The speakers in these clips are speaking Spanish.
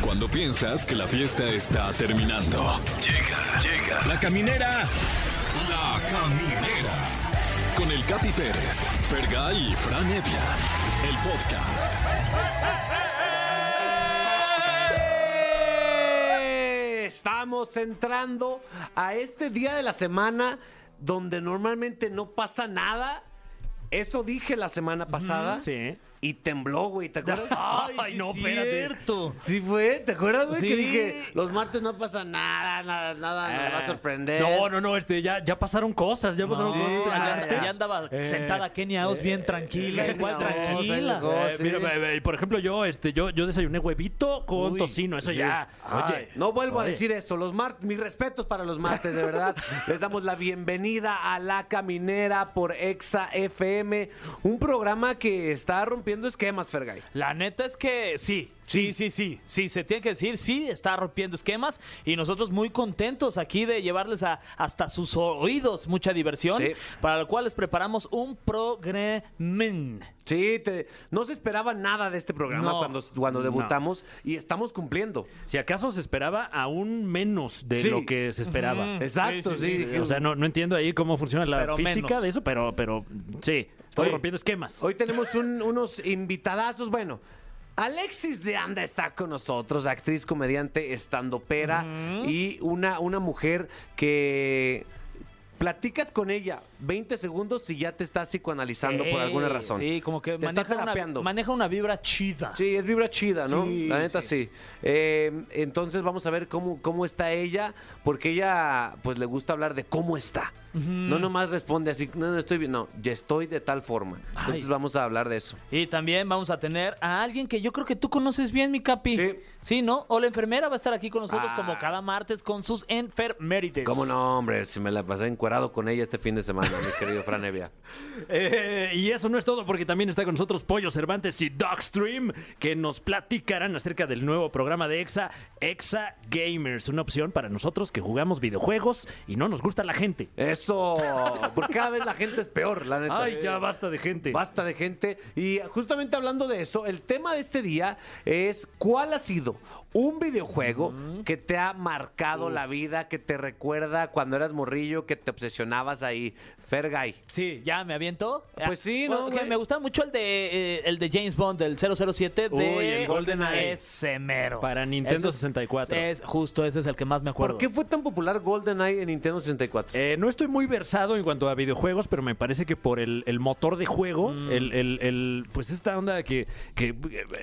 Cuando piensas que la fiesta está terminando. Llega, llega. La caminera. La caminera. Con el Capi Pérez, Fergay y Fran Evia. El podcast. Estamos entrando a este día de la semana donde normalmente no pasa nada. Eso dije la semana pasada. Sí. Y tembló, güey, ¿te acuerdas? Ay, no, espérate. Sí fue, ¿te acuerdas, güey? Sí. Que dije, los martes no pasa nada, nada, nada, no me va a sorprender. eh, No, no, no, este, ya, ya pasaron cosas, ya pasaron Sí, cosas. allá- antes. allá andaba Eh, sentada Kenia Os bien tranquila, eh, igual no, tranquila. no, Eh, sí. Mira, ve, ve, por ejemplo, yo, este, yo, yo desayuné huevito con Uy, tocino, eso sí. ya. Ay. Oye, No vuelvo a Oye. decir eso. Los martes, mis respetos para los martes, de verdad. Les damos la bienvenida a La Caminera por Exa FM, un programa que está rompiendo esquemas, Fergay. La neta es que sí, sí, sí, sí, sí, se tiene que decir, sí, está rompiendo esquemas y nosotros muy contentos aquí de llevarles a- hasta sus oídos mucha diversión, Sí. para lo cual les preparamos un programen. Sí, te- no se esperaba nada de este programa No. cuando, cuando No. debutamos y estamos cumpliendo. si acaso se esperaba aún menos de Sí. lo que se esperaba. Ujú. Exacto, sí, sí. sí, dije, "Uh". O sea, no, no entiendo ahí cómo funciona la Pero física menos. de eso, pero, pero sí, estoy Oye. rompiendo esquemas. Hoy tenemos un- unos invitadazos. Bueno, Alexis de Anda está con nosotros, actriz, comediante, estandopera y una, una mujer que platicas con ella 20 segundos si ya te está psicoanalizando por Sí, alguna razón. Sí, como que Te está maneja terapeando. una, maneja una vibra chida. Sí, es vibra chida, ¿no? Sí, la neta sí. sí. Eh, entonces vamos a ver cómo, cómo está ella, porque ella pues le gusta hablar de cómo está. No Mm. nomás responde así, no, no estoy bien, no, ya estoy de tal forma. Entonces Ay. vamos a hablar de eso. Y también vamos a tener a alguien que yo creo que tú conoces bien, mi Capi. Sí. Sí, ¿no? O la enfermera va a estar aquí con nosotros Ah. como cada martes con sus enfermerides. ¿Cómo no, hombre? Si me la pasé encuerado con ella este fin de semana, mi querido Fran Evia. Eh, y eso no es todo, porque también está con nosotros Pollo Cervantes y Dogstream, que nos platicarán acerca del nuevo programa de EXA, EXA Gamers, una opción para nosotros que jugamos videojuegos y no nos gusta la gente. Eso, porque cada vez la gente es peor, la neta. Ay, ya basta de gente. Basta de gente. Y justamente hablando de eso, el tema de este día es cuál ha sido un videojuego que te ha marcado la vida, que te recuerda cuando eras morrillo, que te obsesionabas ahí. Fergay. Sí, ya me aviento. Pues sí, Bueno, ¿no, que güey? Ah, me gustaba mucho el de eh, el de James Bond, del 007 de Uy, el GoldenEye. Ese mero. Para Nintendo Ese es- 64. Es justo, ese es el que más me acuerdo. ¿Por qué fue tan popular GoldenEye en Nintendo 64? Eh, no estoy muy versado en cuanto a videojuegos, pero me parece que por el, el motor de juego, Mm. el, el- el- pues esta onda que... Que, eh,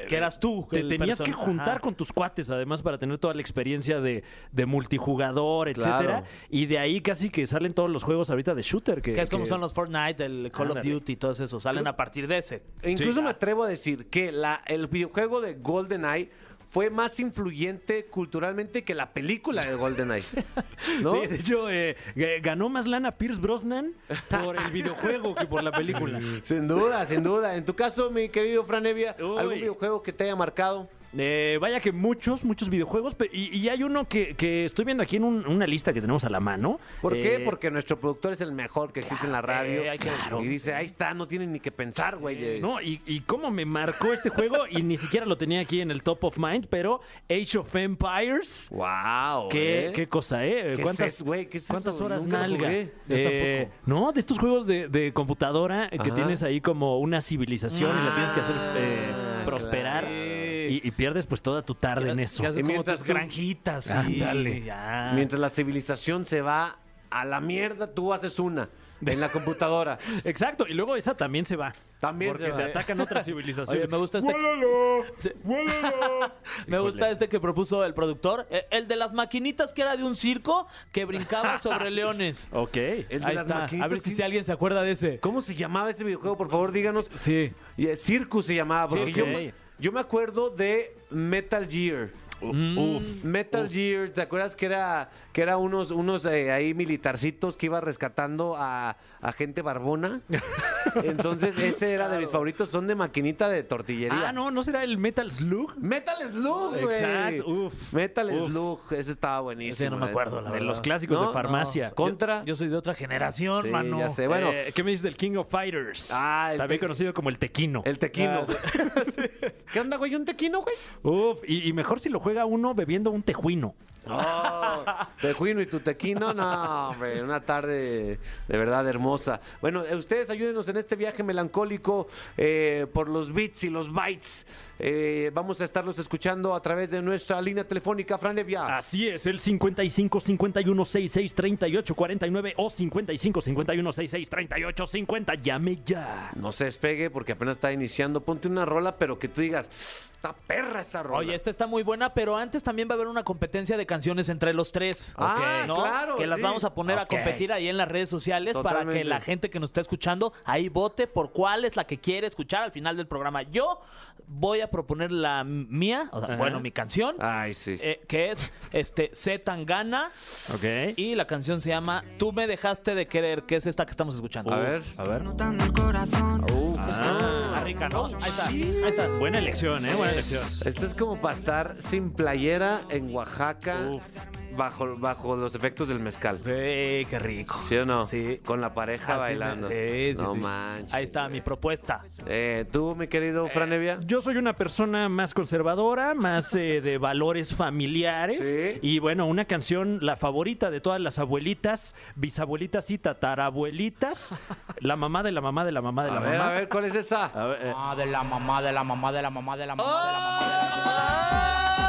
Que eras tú, Te el tenías person- que juntar Ajá. con tus cuates, además, para tener toda la experiencia de, de multijugador, Claro. etcétera. Y de ahí casi que salen todos los juegos ahorita de shooter. Que, Que es como son los Fortnite, el Call of Ándale. Duty, todos esos. Salen a partir de ese. E Incluso Sí. ah. me atrevo a decir que la, el videojuego de GoldenEye fue más influyente culturalmente que la película de GoldenEye. ¿No? Sí, de hecho, eh, g- ganó más lana Pierce Brosnan por el videojuego que por la película. Sin duda, sin duda. En tu caso, mi querido Franevia, ¿algún Uy. videojuego que te haya marcado? Eh, vaya que muchos, muchos videojuegos. pe- Y, y hay uno que, que estoy viendo aquí en un- una lista que tenemos a la mano. ¿Por Eh, Ah, qué? Porque nuestro productor es el mejor que existe en la radio. eh, hay que- Claro. Y dice, ahí está, no tienen ni que pensar, güey. No, y, y cómo me marcó este juego, y ni siquiera lo tenía aquí en el top of mind, pero Age of Empires. Wow. Qué, qué cosa, ¿eh? ¿Qué es eso, güey? ¿Qué es cuántas eso? horas Nunca lo nalga? jugué. Yo Eh, no, de estos juegos de, de computadora eh, que Ajá. tienes ahí como una civilización y la tienes que hacer eh, Ah, prosperar claro. y, y pierdes pues toda tu tarde en eso. Que haces Y como mientras tus tú- granjitas. Ándale. Y, ya. Mientras la civilización se va a la mierda, tú haces una en la computadora. Exacto, y luego esa también se va. También porque se va. te atacan otras civilizaciones. Oye, me gusta este- ¡Vuélalo! Sí. ¡Vuélalo! Me Híjole. gusta este que propuso el productor. e- El de las maquinitas que era de un circo que brincaba sobre leones. Ok. El de Ahí las está. A maquinitas, ver si, sí. si alguien se acuerda de ese. ¿Cómo se llamaba ese videojuego? Por favor, díganos. Sí. Y, eh, Circus se llamaba, porque Sí, yo, ok. me- yo me acuerdo de Metal Gear. Mm. Uf. Metal Gear, ¿te acuerdas que era que era unos unos eh, ahí militarcitos que iba rescatando a, a gente barbona? Entonces ese era de mis favoritos, son de maquinita de tortillería. Ah, no, ¿no será el Metal Slug? Metal Slug, güey. Exacto, Ah. uf, Metal uf. Slug, ese estaba buenísimo. Ese no me la acuerdo, la De los verdad. clásicos No, de farmacia. no. Contra. Yo soy de otra generación, Sí, mano. ya sé. Bueno, Eh, ¿Qué me dices del King of Fighters? Ah, el También te- conocido como el tequino. Ah, el tequino. ¿Qué onda, güey? ¿Un tequino, güey? Uf, y, y mejor si lo juega uno bebiendo un tejuino. Oh, Tejuino y tu tequino, no, hombre, una tarde de verdad hermosa. Bueno, eh, ustedes ayúdenos en este viaje melancólico eh, por los beats y los bytes. Eh, vamos a estarlos escuchando a través de nuestra línea telefónica, Fran Evia. Así es, el 55 51 66 38 49 o 55 51 66 38 50. Llame ya. No se despegue porque apenas está iniciando. Ponte una rola, pero que tú digas, está perra esa rola. Oye, esta está muy buena, pero antes también va a haber una competencia de canciones entre los tres. Ah, ¿no? claro, Que las sí. vamos a poner Ok. a competir ahí en las redes sociales para Totalmente. que la gente que nos está escuchando ahí vote por cuál es la que quiere escuchar al final del programa. Yo voy a proponer la mía, o sea, Ajá. bueno, mi canción, Ay, sí. eh, que es este C Tangana Ok. y la canción se llama Tú me dejaste de querer, que es esta que estamos escuchando. a ver. A ver. Notando el corazón. Ah, Está rica, ¿no? Ahí está. Ahí está. Buena elección, ¿eh? Buena elección. Esto es como para estar sin playera en Oaxaca Uf. bajo, bajo los efectos del mezcal. Sí, qué rico. ¿Sí o no? Sí. Con la pareja Así me- bailando. sí, sí, no sí. manches. Ahí está mi propuesta. Eh, Tú, mi querido Eh, Franevia. Yo soy una persona más conservadora, más eh, de valores familiares. Sí. Y bueno, una canción, la favorita de todas las abuelitas, bisabuelitas y tatarabuelitas. La mamá de la mamá de la mamá de la a mamá. ver, a ver, ¿cuál es esa? A ver, eh, Mamá Ah, de la mamá de la mamá de la mamá de la mamá de la mamá de la mamá.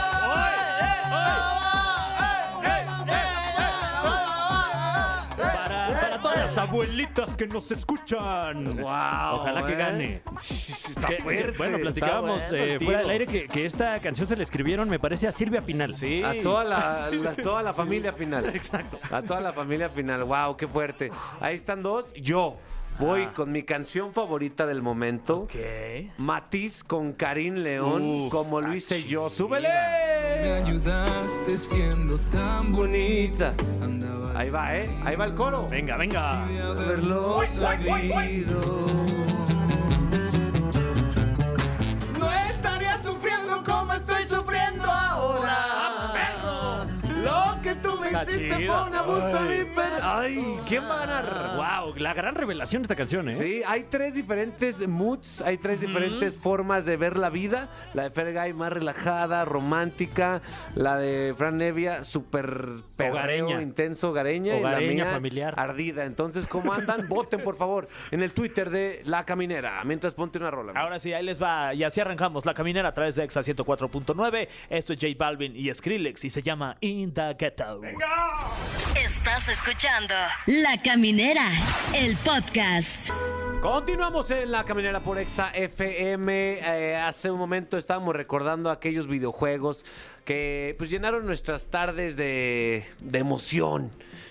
para, para todas las abuelitas que nos escuchan. Ojalá que eh. gane. Está Que- que- bueno, platicábamos está bueno el eh, fuera del tiro. aire que, que esta canción se la escribieron, me parece, a Silvia Pinal. Sí. A toda la, la- toda la familia Pinal. Exacto. A toda la familia Pinal. Wow, qué fuerte. Ahí están dos. Yo voy con mi canción favorita del momento. ¿Qué? Matiz con Karim León, como lo hice yo. ¡Súbele! Me ayudaste siendo tan bonita. Andaba Ahí va, ¿eh? Ahí va el coro. Venga, venga. de haberlo sabido. No estaría sufriendo como estoy sufriendo ahora. Lo que tú me hiciste fue un abuso a mi per- ¡Ay! ¿Quién va a ganar? Wow, la gran revelación de esta canción, ¿eh? Sí, hay tres diferentes moods, hay tres diferentes formas de ver la vida. La de Fergay más relajada, romántica. La de Fran Nevia, súper Hogareña. perreo, intenso, gareña. y Hogareña, la mía, familiar. ardida. Entonces, ¿cómo andan? Voten, por favor, en el Twitter de La Caminera. Mientras ponte una rola. amigo. Ahora sí, ahí les va. Y así arrancamos la caminera a través de Exa 104.9. Esto es J Balvin y Skrillex y se llama In the Ghetto. Estás escuchando La Caminera, el podcast. Continuamos en la caminera por Exa FM. Eh, hace un momento estábamos recordando aquellos videojuegos que pues llenaron nuestras tardes de, de emoción.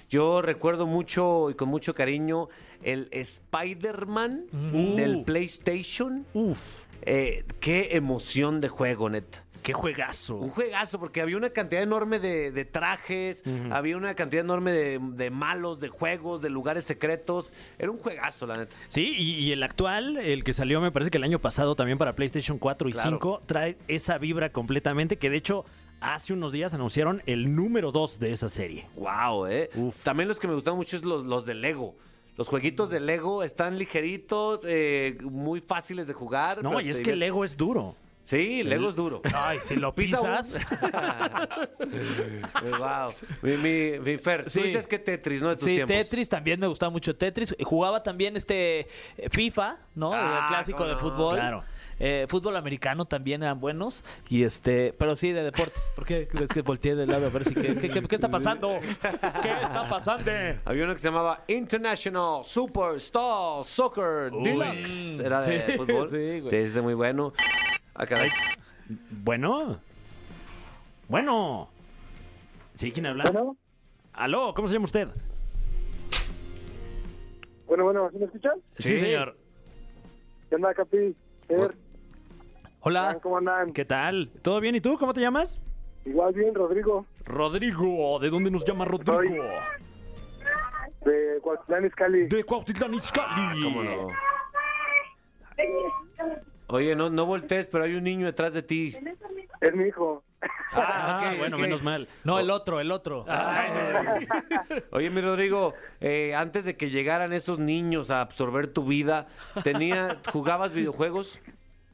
Yo recuerdo mucho y con mucho cariño el Spider-Man del PlayStation. Mm. Uh. Uf, Eh, qué emoción de juego, neta. qué juegazo. Un juegazo, porque había una cantidad enorme de, de trajes, había una cantidad enorme de, de malos, de juegos, de lugares secretos. Era un juegazo, la neta. Sí, y, y el actual, el que salió me parece que el año pasado también para PlayStation 4 y Claro. 5, trae esa vibra completamente que de hecho hace unos días anunciaron el número 2 de esa serie. Wow, eh. Uf. También los que me gustan mucho es los, los de Lego. Los jueguitos de Lego están ligeritos, eh, muy fáciles de jugar. No, pero y te es que el diviertes. Lego es duro. Sí, Lego es duro. Ay, si lo pisas. wow. Mi, mi, mi Fer, Sí. tú dices que Tetris, ¿no? De tus Sí, tiempos. Tetris también me gustaba mucho Tetris. Eh, Jugaba también este eh, FIFA, ¿no? Ah, el clásico cómo de no, fútbol. claro. Eh, fútbol americano también eran buenos. Y este, pero sí, de deportes. ¿Por qué crees que volteé del lado a ver si qué, qué- qué- qué está pasando? ¿Qué está pasando? Había uno que se llamaba International Superstar Soccer Deluxe. Era de Sí, fútbol. sí, güey. Sí, ese es muy bueno. Ah, caray. Bueno. Bueno. ¿Sí? ¿Quién habla? Bueno, Aló, ¿cómo se llama usted? bueno, bueno, ¿sí me escuchan? Sí, señor. ¿Qué onda, Capi? Fer, Hola. ¿Cómo andan? ¿Qué tal? ¿Todo bien? ¿Y tú? ¿Cómo te llamas? Igual bien, Rodrigo, Rodrigo. ¿De dónde nos llama Rodrigo? de Cuauhtlán, Cali. De Cuautitlán Izcalli. Ah, ¿Cómo no? Oye, no, no voltees, pero hay un niño detrás de ti. Es mi hijo. Ah, Ah, ok, bueno, ok. menos mal. No, el otro, el otro. Ah. Oye, mi Rodrigo, eh, antes de que llegaran esos niños a absorber tu vida, tenía, ¿jugabas videojuegos?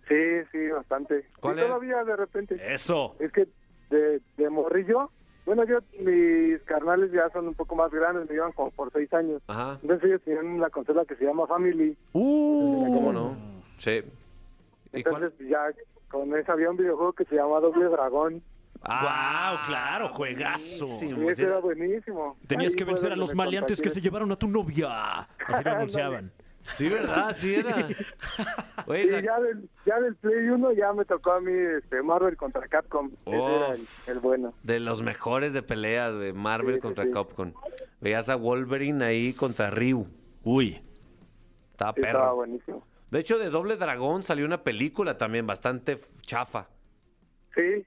Sí, sí, bastante. ¿Cuál y es? todavía de repente. Eso. Es que de, de morrillo. Bueno, yo, mis carnales ya son un poco más grandes, me llevan como por seis años. Ajá. Entonces ellos tienen una consola que se llama Family. Uh, ¿Cómo no? Sí. ¿Y cuál? Entonces ya con esa había un videojuego que se llama Doble Dragón. ¡Guau! claro, juegazo. buenísimo. Y ese era buenísimo. Tenías Ahí que fue vencer a donde los me maleantes que contagié. se llevaron a tu novia. Así lo anunciaban. Sí, ¿verdad? Sí era. Oye, Y ya del, ya del Play 1 ya me tocó a mí este, Marvel contra Capcom. Ese era el, Oh. el bueno. De los mejores de pelea de Sí, Marvel sí, contra sí. Capcom. Veías a Wolverine ahí contra Ryu. Uy. Estaba Sí, Estaba perro. buenísimo. De hecho, de Doble Dragón salió una película también bastante chafa. Sí.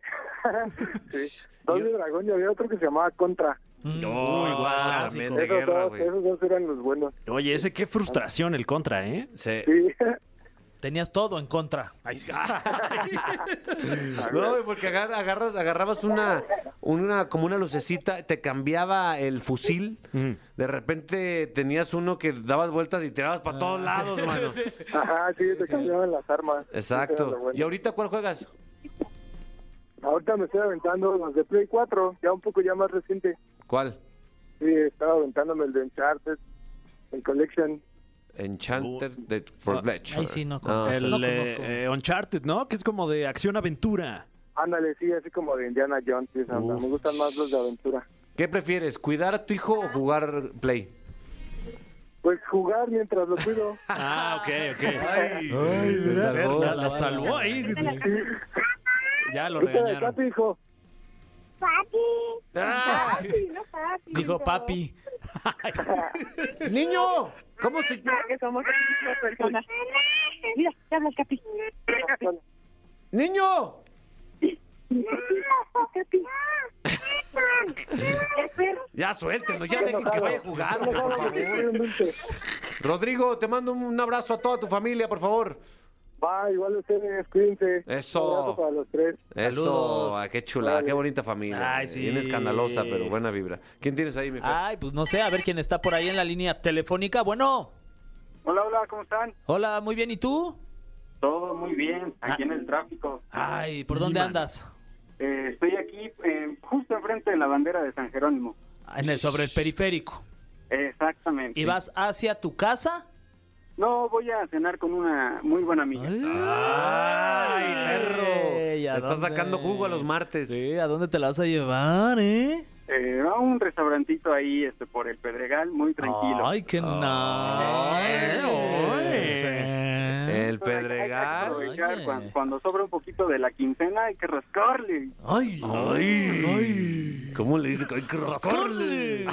sí. Doble Dragón y había otro que se llamaba Contra. Mm. Uy, guau. También de Esos guerra, dos, güey. esos dos eran los buenos. Oye, ese qué frustración el contra, ¿eh? Sí. Sí. Tenías todo en contra. Ay, No, güey, porque agar- agarras, agarrabas una, una, como una lucecita, te cambiaba el fusil. Mm. De repente tenías uno que dabas vueltas y tirabas para Ah. todos lados, mano. Ajá, sí, se cambiaban las armas. Ese era lo Exacto. bueno. ¿Y ahorita cuál juegas? Ahorita me estoy aventando los de Play 4, ya un poco ya más reciente. ¿Cuál? Sí, estaba aventándome el de Uncharted, el Collection. Enchanted Uh. de Fletcher. ahí sí no Ah, conozco. sí. El No eh, conozco. eh, Uncharted, ¿no? Que es como de acción-aventura. Ándale, sí, así como de Indiana Jones. sí, esa onda. Uf. Me gustan más los de aventura. ¿Qué prefieres, cuidar a tu hijo o jugar Play? Pues jugar mientras lo cuido. Ah, ok, ok. La salvó. La, la salvó ahí. Ya lo Ahorita de regañaron. papi, hijo. ¡Ah! Dijo papi. ¡Niño! ¿Cómo se...? que somos las personas. Mira, ya habla el Capi. Capi. ¡Niño! Capi. El perro. Ya suéltenlo, ya dejen que vaya a jugar, hombre, por favor. Rodrigo, te mando un abrazo a toda tu familia, por favor. Va, igual ustedes, cuídense. Eso. Un abrazo para los tres. Eso, ah, qué chulada, qué bonita familia. Ay, sí. Bien escandalosa, pero buena vibra. ¿Quién tienes ahí, mi Fer? Ay, pues no sé, a ver quién está por ahí en la línea telefónica. Bueno, Hola, hola, ¿cómo están? hola, muy bien, ¿y tú? Todo muy bien, aquí en el tráfico. Ah. Ay, ¿por dónde andas? Eh, estoy aquí eh, justo enfrente de la bandera de San Jerónimo. En el, sobre el periférico. Exactamente. ¿Y vas hacia tu casa? No, voy a cenar con una muy buena amiga. ¡Ay, perro! Ey, ¿a Le estás dónde? sacando jugo a los martes. Sí, ¿a dónde te la vas a llevar, eh? Eh, a un restaurantito ahí este, por el Pedregal, muy tranquilo. Ay, qué Ay, nice. Eh. El Pedregal. Hay que aprovechar Oye. cuando, cuando sobra un poquito de la quincena hay que rascarle. Ay, Ay, ¿Cómo le dice? ¡Ay, qué rascarle!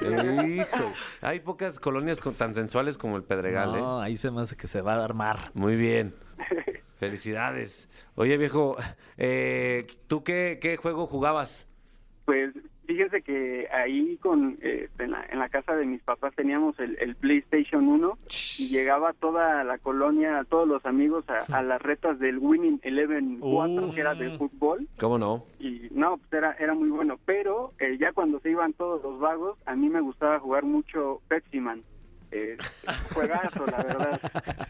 Hijo, hay pocas colonias con- tan sensuales como el Pedregal, ¿eh? No, ahí se me hace que se va a armar. Muy bien. Felicidades. Oye, viejo, eh, ¿tú qué, qué juego jugabas? Pues fíjese que ahí con eh, en, la, en la casa de mis papás teníamos el, el PlayStation 1 y llegaba toda la colonia, todos los amigos a, a las retas del Winning Eleven 4 que era de fútbol ¿Cómo no? y no, pues era, era muy bueno, pero eh, ya cuando se iban todos los vagos, a mí me gustaba jugar mucho Pepsi Man. Eh, juegazo, la verdad.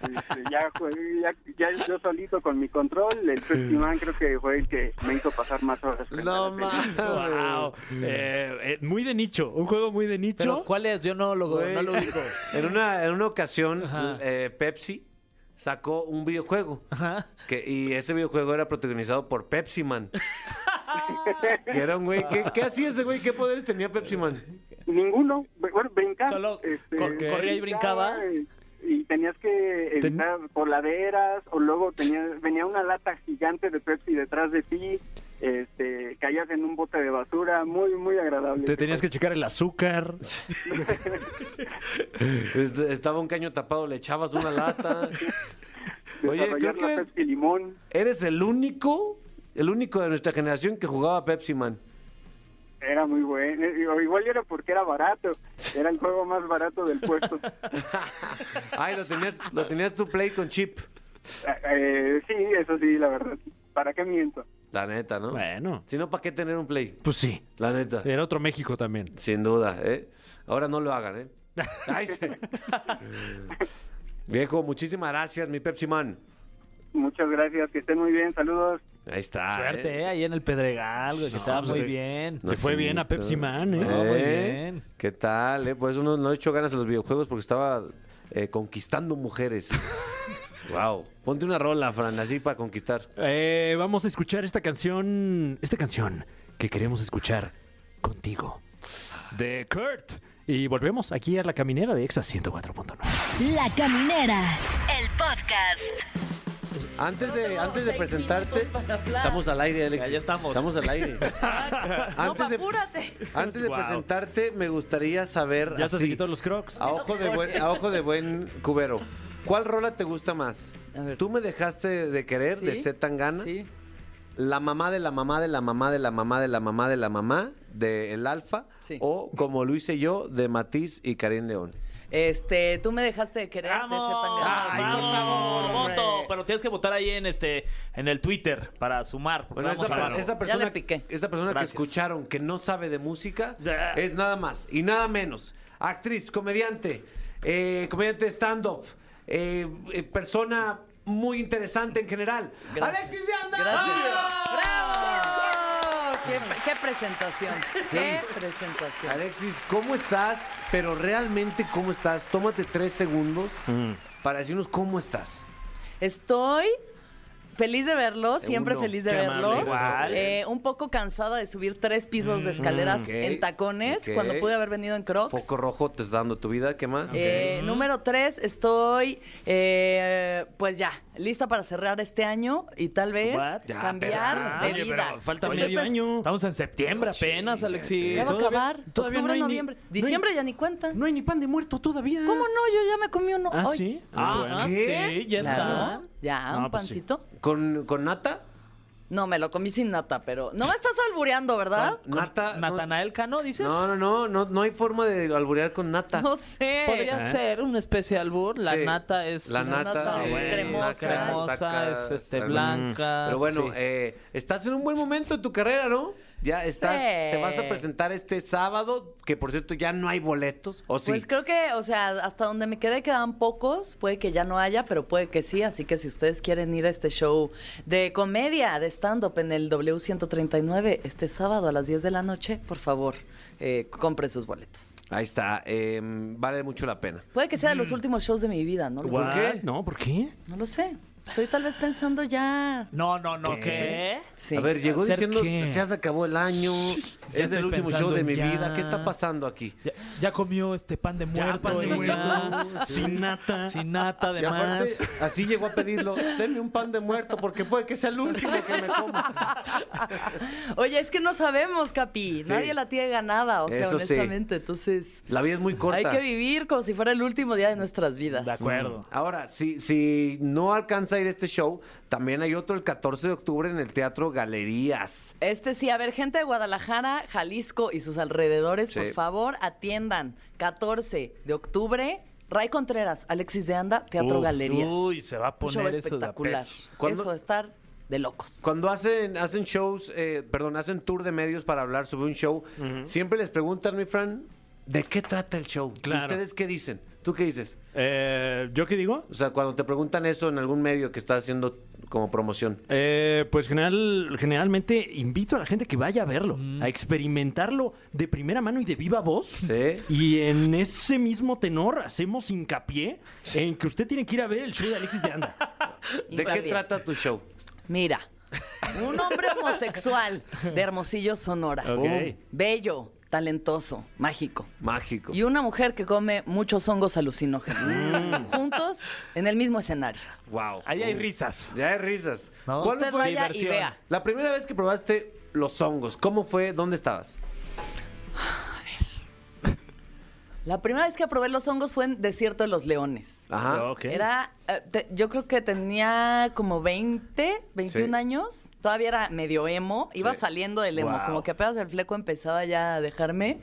Este, ya, jugué- ya, ya yo solito con mi control, el Pepsi Man creo que fue el que me hizo pasar más horas. frente a No la tele. mames. Wow. Eh, eh, muy de nicho, un juego muy de nicho. ¿Pero cuál es? Yo no lo, Güey. no lo ubico. En una, en una ocasión, Ajá. eh, Pepsi sacó un videojuego. Ajá. Que, y ese videojuego era protagonizado por Pepsi Man. que era un güey. ¿Qué, qué hacía ese güey? ¿Qué poderes tenía Pepsi Man? Ninguno. Br- Bueno, brincar. Solo este, cor- corría y brincaba. eh, Y tenías que este, Ten- evitar coladeras o luego tenías, venía una lata gigante de Pepsi detrás de ti. Este, caías en un bote de basura. Muy, muy agradable. Te tenías que checar el azúcar. Este, estaba un caño tapado, le echabas una lata. Oye, creo Desarrollar que la eres, Pepsi limón. eres el único, el único de nuestra generación que jugaba Pepsi Man. Era muy bueno. Eh, o Igual era porque era barato. Era el juego más barato del puesto. Ay, lo tenías, lo tenías tu play con chip. Eh, sí, eso sí, la verdad. ¿Para qué miento? La neta, ¿no? Bueno, Si no, ¿para qué tener un play? pues sí. La neta. Era otro México también. Sin duda, ¿eh? Ahora no lo hagan, ¿eh? Ay, sí. Viejo, muchísimas gracias, mi Pepsi Man. Muchas gracias. Que estén muy bien. Saludos. Ahí está. Suerte, ¿eh? ¿eh? Ahí en el Pedregal, güey, que estaba pues, muy que- bien. Le fue bien a Pepsi Man, ¿eh? No, muy ¿Eh? bien. ¿Qué tal? eh? Por eso no, no le echo ganas a los videojuegos porque estaba eh, conquistando mujeres. wow. Ponte una rola, Fran, así para conquistar. Eh, vamos a escuchar esta canción, esta canción que queremos escuchar contigo, de Kurt. Y volvemos aquí a la caminera de Exa 104.9. La Caminera, el podcast. Antes de, antes de presentarte, estamos al aire, Alex. Ya, ya estamos. Estamos al aire. antes, de, Apúrate. antes de Wow. presentarte, me gustaría saber. Ya se así, quitó los crocs. a ojo, de buen, a ojo de buen cubero. ¿Cuál rola te gusta más? ¿Tú me dejaste de querer, de Sí. Z Tangana? Sí. La mamá de la mamá de la mamá de la mamá de la mamá de la mamá de El Alfa Sí. o como lo hice yo de Matiz y Karim León. Este, tú me dejaste de querer de ser tan grande. Ay, por favor, voto. Pero tienes que votar ahí en este, en el Twitter para sumar. porque Bueno, vamos esa, a per- ganar. esa persona, le piqué. esa persona que Gracias. escucharon que no sabe de música Ya. es nada más y nada menos. Actriz, comediante, eh, comediante stand-up, eh, eh, persona muy interesante en general. ¡Alexis ¡Ah! de Anda! ¡Bravo! ¡Qué, qué presentación! ¡Qué presentación! Alexis, ¿cómo estás? Pero realmente, ¿cómo estás? Tómate tres segundos para decirnos cómo estás. Estoy feliz de verlos, siempre Uno. feliz de Qué amable, verlos. gracias. Eh, un poco cansada de subir tres pisos Mm, de escaleras ok, en tacones ok. cuando pude haber venido en Crocs. Foco rojo te está dando tu vida, ¿qué más? Eh, Número tres, estoy eh, pues ya, lista para cerrar este año y tal vez What? Ya, cambiar pero- de Oye, vida. pero falta Estoy medio pens- año. Estamos en septiembre apenas, Alexis. Ya va a Todavía- acabar. todavía no Octubre, hay ni- noviembre. no hay- Diciembre ya ni cuenta. No hay ni pan de muerto todavía. ¿Cómo no? Yo ya me comí uno. ¿Ah, hoy. sí? Ah, ¿Qué? sí, ya está. Claro, Ya, Ah, No, un pues sí. pancito. ¿Con, con nata? No, me lo comí sin nata, pero. No me estás albureando, ¿verdad? ¿Nata? no- ¿Natanael Cano, dices? No, no, no, no, no hay forma de alburear con nata. ¿Eh? No sé. Podría ser una especie de albur. La Sí. nata es. La nata nata sí, es bueno, cremosa. saca- cremosa, saca- es este, saca- blanca. Pero bueno, sí. eh, estás en un buen momento en tu carrera, ¿no? Ya estás, Sí. te vas a presentar este sábado, que por cierto ya no hay boletos, ¿o sí? Pues creo que, o sea, hasta donde me quedé quedan pocos, puede que ya no haya, pero puede que sí, así que si ustedes quieren ir a este show de comedia, de stand-up en el W139 este sábado a las 10 de la noche, por favor, eh, compren sus boletos. Ahí está, eh, vale mucho la pena. Puede que sea de Mm. los últimos shows de mi vida, Mm. no lo ¿Por sé. qué? No, ¿por qué? No lo sé. Estoy tal vez pensando ya. No, no, no, ¿qué? Sí. A ver, llegó ¿Hacer diciendo, qué? ya se acabó el año, es estoy el último show pensando de en mi ya. vida, ¿qué está pasando aquí? Ya, ya comió este pan de muerto. pan de oiga. muerto. Sin nata. Sin nata, Y aparte, además. así llegó a pedirlo, denme un pan de muerto porque puede que sea el último que me coma. Oye, es que no sabemos, Capi. Nadie la tiene ganada, o sea, Eso sí. honestamente. Entonces, La vida es muy corta. hay que vivir como si fuera el último día de nuestras vidas. De acuerdo. Mm. Ahora, si, si no alcanza a ir a este show, también hay otro el 14 de octubre en el Teatro Galerías. Este sí, a ver, gente de Guadalajara, Jalisco y sus alrededores, Sí. por favor, atiendan. 14 de octubre, Ray Contreras, Alexis de Anda, Teatro Uf, Galerías. Uy, se va a Un show poner eso de a espectacular. peso. ¿Cuándo- Eso va a estar de locos. Cuando hacen, hacen shows, eh, perdón, hacen tour de medios para hablar sobre un show, siempre les preguntan, mi Fran, ¿de qué trata el show? ¿Y Claro. ¿Ustedes qué dicen? ¿Tú qué dices? Eh, ¿Yo qué digo? O sea, cuando te preguntan eso en algún medio que está haciendo como promoción. Eh, pues general, generalmente invito a la gente que vaya a verlo, Mm. a experimentarlo de primera mano y de viva voz. Sí. Y en ese mismo tenor hacemos hincapié en que usted tiene que ir a ver el show de Alexis de Anda. ¿De qué Fabián. trata tu show? Mira, un hombre homosexual de Hermosillo, Sonora. Uh, Ok. Bello, talentoso, mágico. Mágico. Y una mujer que come muchos hongos Mm. alucinógenos. Juntos en el mismo escenario. Wow. Ahí hay risas. Ya hay risas. ¿No? ¿Cuál Usted fue vaya y diversión? vea. la primera vez que probaste los hongos? ¿Cómo fue? ¿Dónde estabas? La primera vez que probé los hongos fue en Desierto de los Leones. Ajá. Ok. Era, eh, te- yo creo que tenía como 20, 21 Sí. años. Todavía era medio emo. Iba Sí. saliendo del emo. Wow. Como que apenas el fleco empezaba ya a dejarme.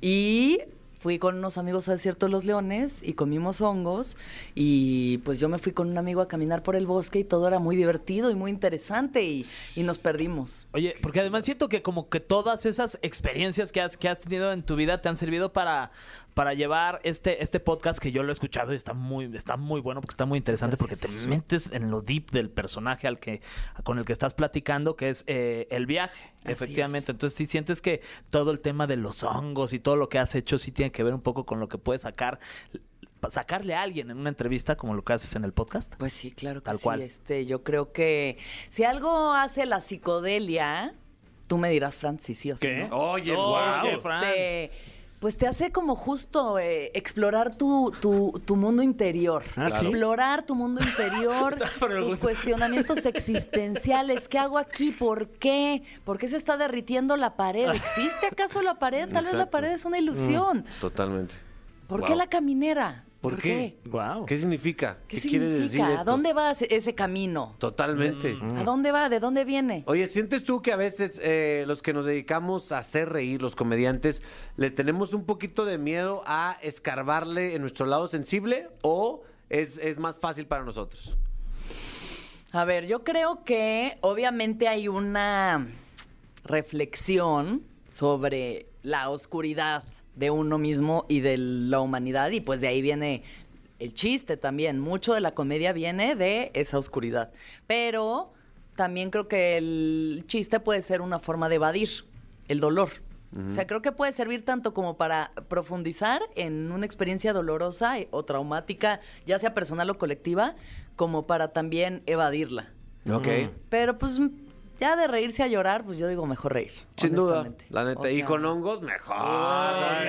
Y fui con unos amigos a Desierto de los Leones y comimos hongos y pues yo me fui con un amigo a caminar por el bosque y todo era muy divertido y muy interesante y, y nos perdimos. Oye, porque además siento que como que todas esas experiencias que has, que has tenido en tu vida te han servido para, para llevar este, este podcast que yo lo he escuchado y está muy, está muy bueno porque está muy interesante porque te metes en lo deep del personaje al que, con el que estás platicando, que es eh, el viaje, Así efectivamente. Entonces, si sientes que todo el tema de los hongos y todo lo que has hecho sí tiene que ver un poco con lo que puedes sacar sacarle a alguien en una entrevista como lo que haces en el podcast. Pues sí, claro que Tal sí, cual. Este, yo creo que si algo hace la psicodelia, tú me dirás, Fran, sí, sí o sí. ¿no? Oye, guau. Este, pues te hace como justo eh, explorar tu, tu, tu mundo interior. Ah, ¿sí? explorar tu mundo interior, tus pregunta. cuestionamientos existenciales. ¿Qué hago aquí? ¿Por qué? ¿Por qué se está derritiendo la pared? ¿Existe acaso la pared? Tal vez la Exacto. pared es una ilusión. Mm, Totalmente. ¿Por Wow. qué la caminera? ¿Por, qué? Guau. ¿Qué significa? ¿Qué, ¿Qué, quiere significa? decir ¿A esto? dónde va ese- ese camino? Totalmente. Mm. ¿A dónde va? ¿De dónde viene? Oye, ¿sientes tú que a veces eh, los que nos dedicamos a hacer reír, los comediantes, le tenemos un poquito de miedo a escarbarle en nuestro lado sensible o es, es más fácil para nosotros? A ver, yo creo que obviamente hay una reflexión sobre la oscuridad de uno mismo y de la humanidad y pues de ahí viene el chiste también. Mucho de la comedia viene de esa oscuridad. Pero también creo que el chiste puede ser una forma de evadir el dolor. O sea, creo que puede servir tanto como para profundizar en una experiencia dolorosa y- o traumática, ya sea personal o colectiva, como para también evadirla. Ok. Pero pues m- ya de reírse a llorar, pues yo digo mejor reír. Sin duda, honestamente. la neta. O y sea, con hongos, mejor. no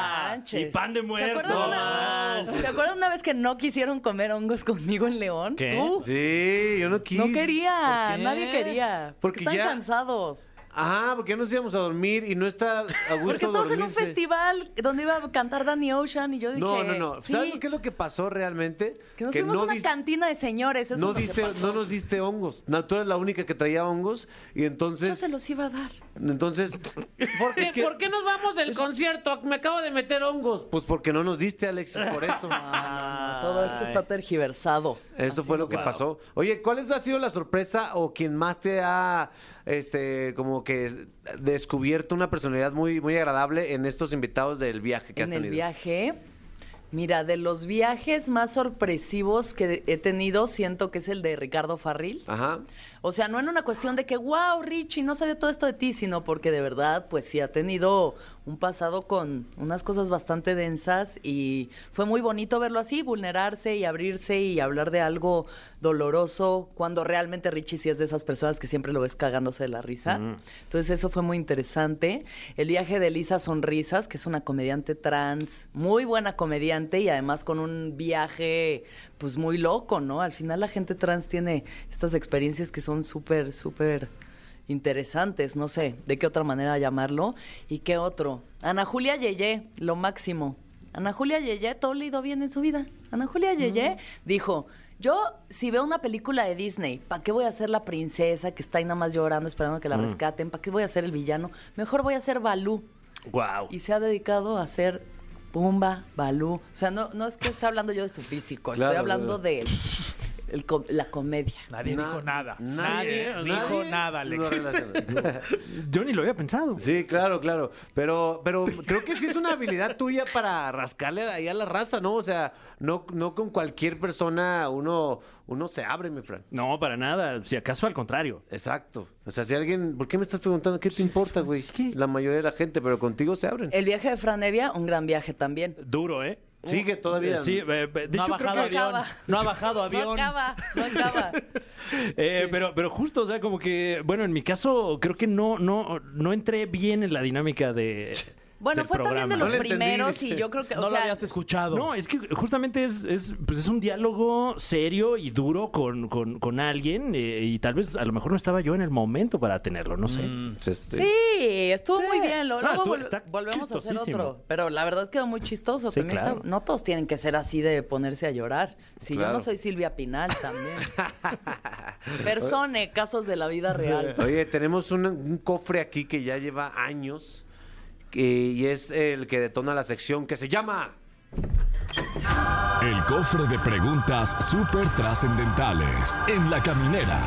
manches. Y pan de ¿Se muerto. acuerdan, una, ¿Se acuerdan una vez que no quisieron comer hongos conmigo en León? ¿Qué? Tú. Sí, yo no quise. No quería, ¿Por qué? nadie quería. Porque Porque están ya- cansados. Ajá, porque ya nos íbamos a dormir y no está a gusto Porque estamos en un dormirse. festival donde iba a cantar Danny Ocean y yo dije. No, no, no. sí, ¿Sabes qué es lo que pasó realmente? Que nos fuimos a una dis- cantina de señores. Eso es no, lo que diste, pasó. no nos diste hongos. No, tú eres la única que traía hongos y Yo entonces... se los iba a dar. Entonces, ¿por qué, por qué nos vamos del concierto? Me acabo de meter hongos. Pues porque no nos diste, Alexis, por eso. Ah, Todo esto está tergiversado. Eso fue lo que pasó. Oye, ¿cuál es- ha sido la sorpresa o quien más te ha, este, como que es- descubierto una personalidad muy, muy agradable en estos invitados del viaje que en has tenido? el viaje. Mira, de los viajes más sorpresivos que he tenido, siento que es el de Ricardo Farril. Ajá. O sea, no en una cuestión de que, wow, Richie, no sabía todo esto de ti, sino porque de verdad, pues sí, ha tenido un pasado con unas cosas bastante densas y fue muy bonito verlo así, vulnerarse y abrirse y hablar de algo doloroso, cuando realmente Richie sí es de esas personas que siempre lo ves cagándose de la risa. Entonces eso fue muy interesante. El viaje de Lisa Sonrisas, que es una comediante trans, muy buena comediante y además con un viaje pues muy loco, ¿no? Al final la gente trans tiene estas experiencias que son súper, súper interesantes, no sé de qué otra manera llamarlo. ¿Y qué otro? Ana Julia Yeye, lo máximo. Ana Julia Yeye, todo le ha ido bien en su vida. Ana Julia Yeye dijo, yo si veo una película de Disney, ¿para qué voy a ser la princesa que está ahí nada más llorando esperando que la rescaten? ¿Para qué voy a ser el villano? Mejor voy a ser Balú. Guau. Y se ha dedicado a ser Pumba, Balú. O sea, no, no es que esté hablando yo de su físico, Claro, estoy hablando claro. de él, el co- la comedia. Nadie Na- dijo nada. nadie, Nadie, dijo nadie nada, lo Alex. relaciona. Yo ni lo había pensado. Sí, claro, claro. Pero, pero creo que sí es una habilidad tuya para rascarle ahí a la raza, ¿no? O sea, no, no con cualquier persona uno, uno se abre, mi Fran. No, para nada. Si acaso al contrario. Exacto. O sea, si alguien. ¿Por qué me estás preguntando? ¿Qué te importa, güey? La mayoría de la gente, pero contigo se abren. El viaje de Franevia, un gran viaje también. Duro, ¿eh? Sigue todavía. Sí, eh, eh, de No ha hecho, creo bajado que- que avión. acaba. No ha bajado No avión. acaba, no acaba. Eh, pero, pero justo, o sea, como que, bueno, en mi caso, creo que no, no, no entré bien en la dinámica de. Bueno, del fue también de programa. los No le entendí, primeros dice. y yo creo que, No o lo sea, habías escuchado. No, es que justamente es, es, pues es un diálogo serio y duro con, con, con alguien eh, y tal vez a lo mejor no estaba yo en el momento para tenerlo, no sé. Mm. este, sí, estuvo muy bien. Lo, No, luego estuvo- vol- está volvemos a hacer chistosísimo. otro. Pero la verdad quedó muy chistoso. Sí, también está- claro. no todos tienen que ser así de ponerse a llorar. Si yo Claro. no soy Silvia Pinal también. Persone, eh, casos de la vida real. Oye, tenemos un, un cofre aquí que ya lleva años eh, y es el que detona la sección que se llama... El cofre de preguntas súper trascendentales en la caminera.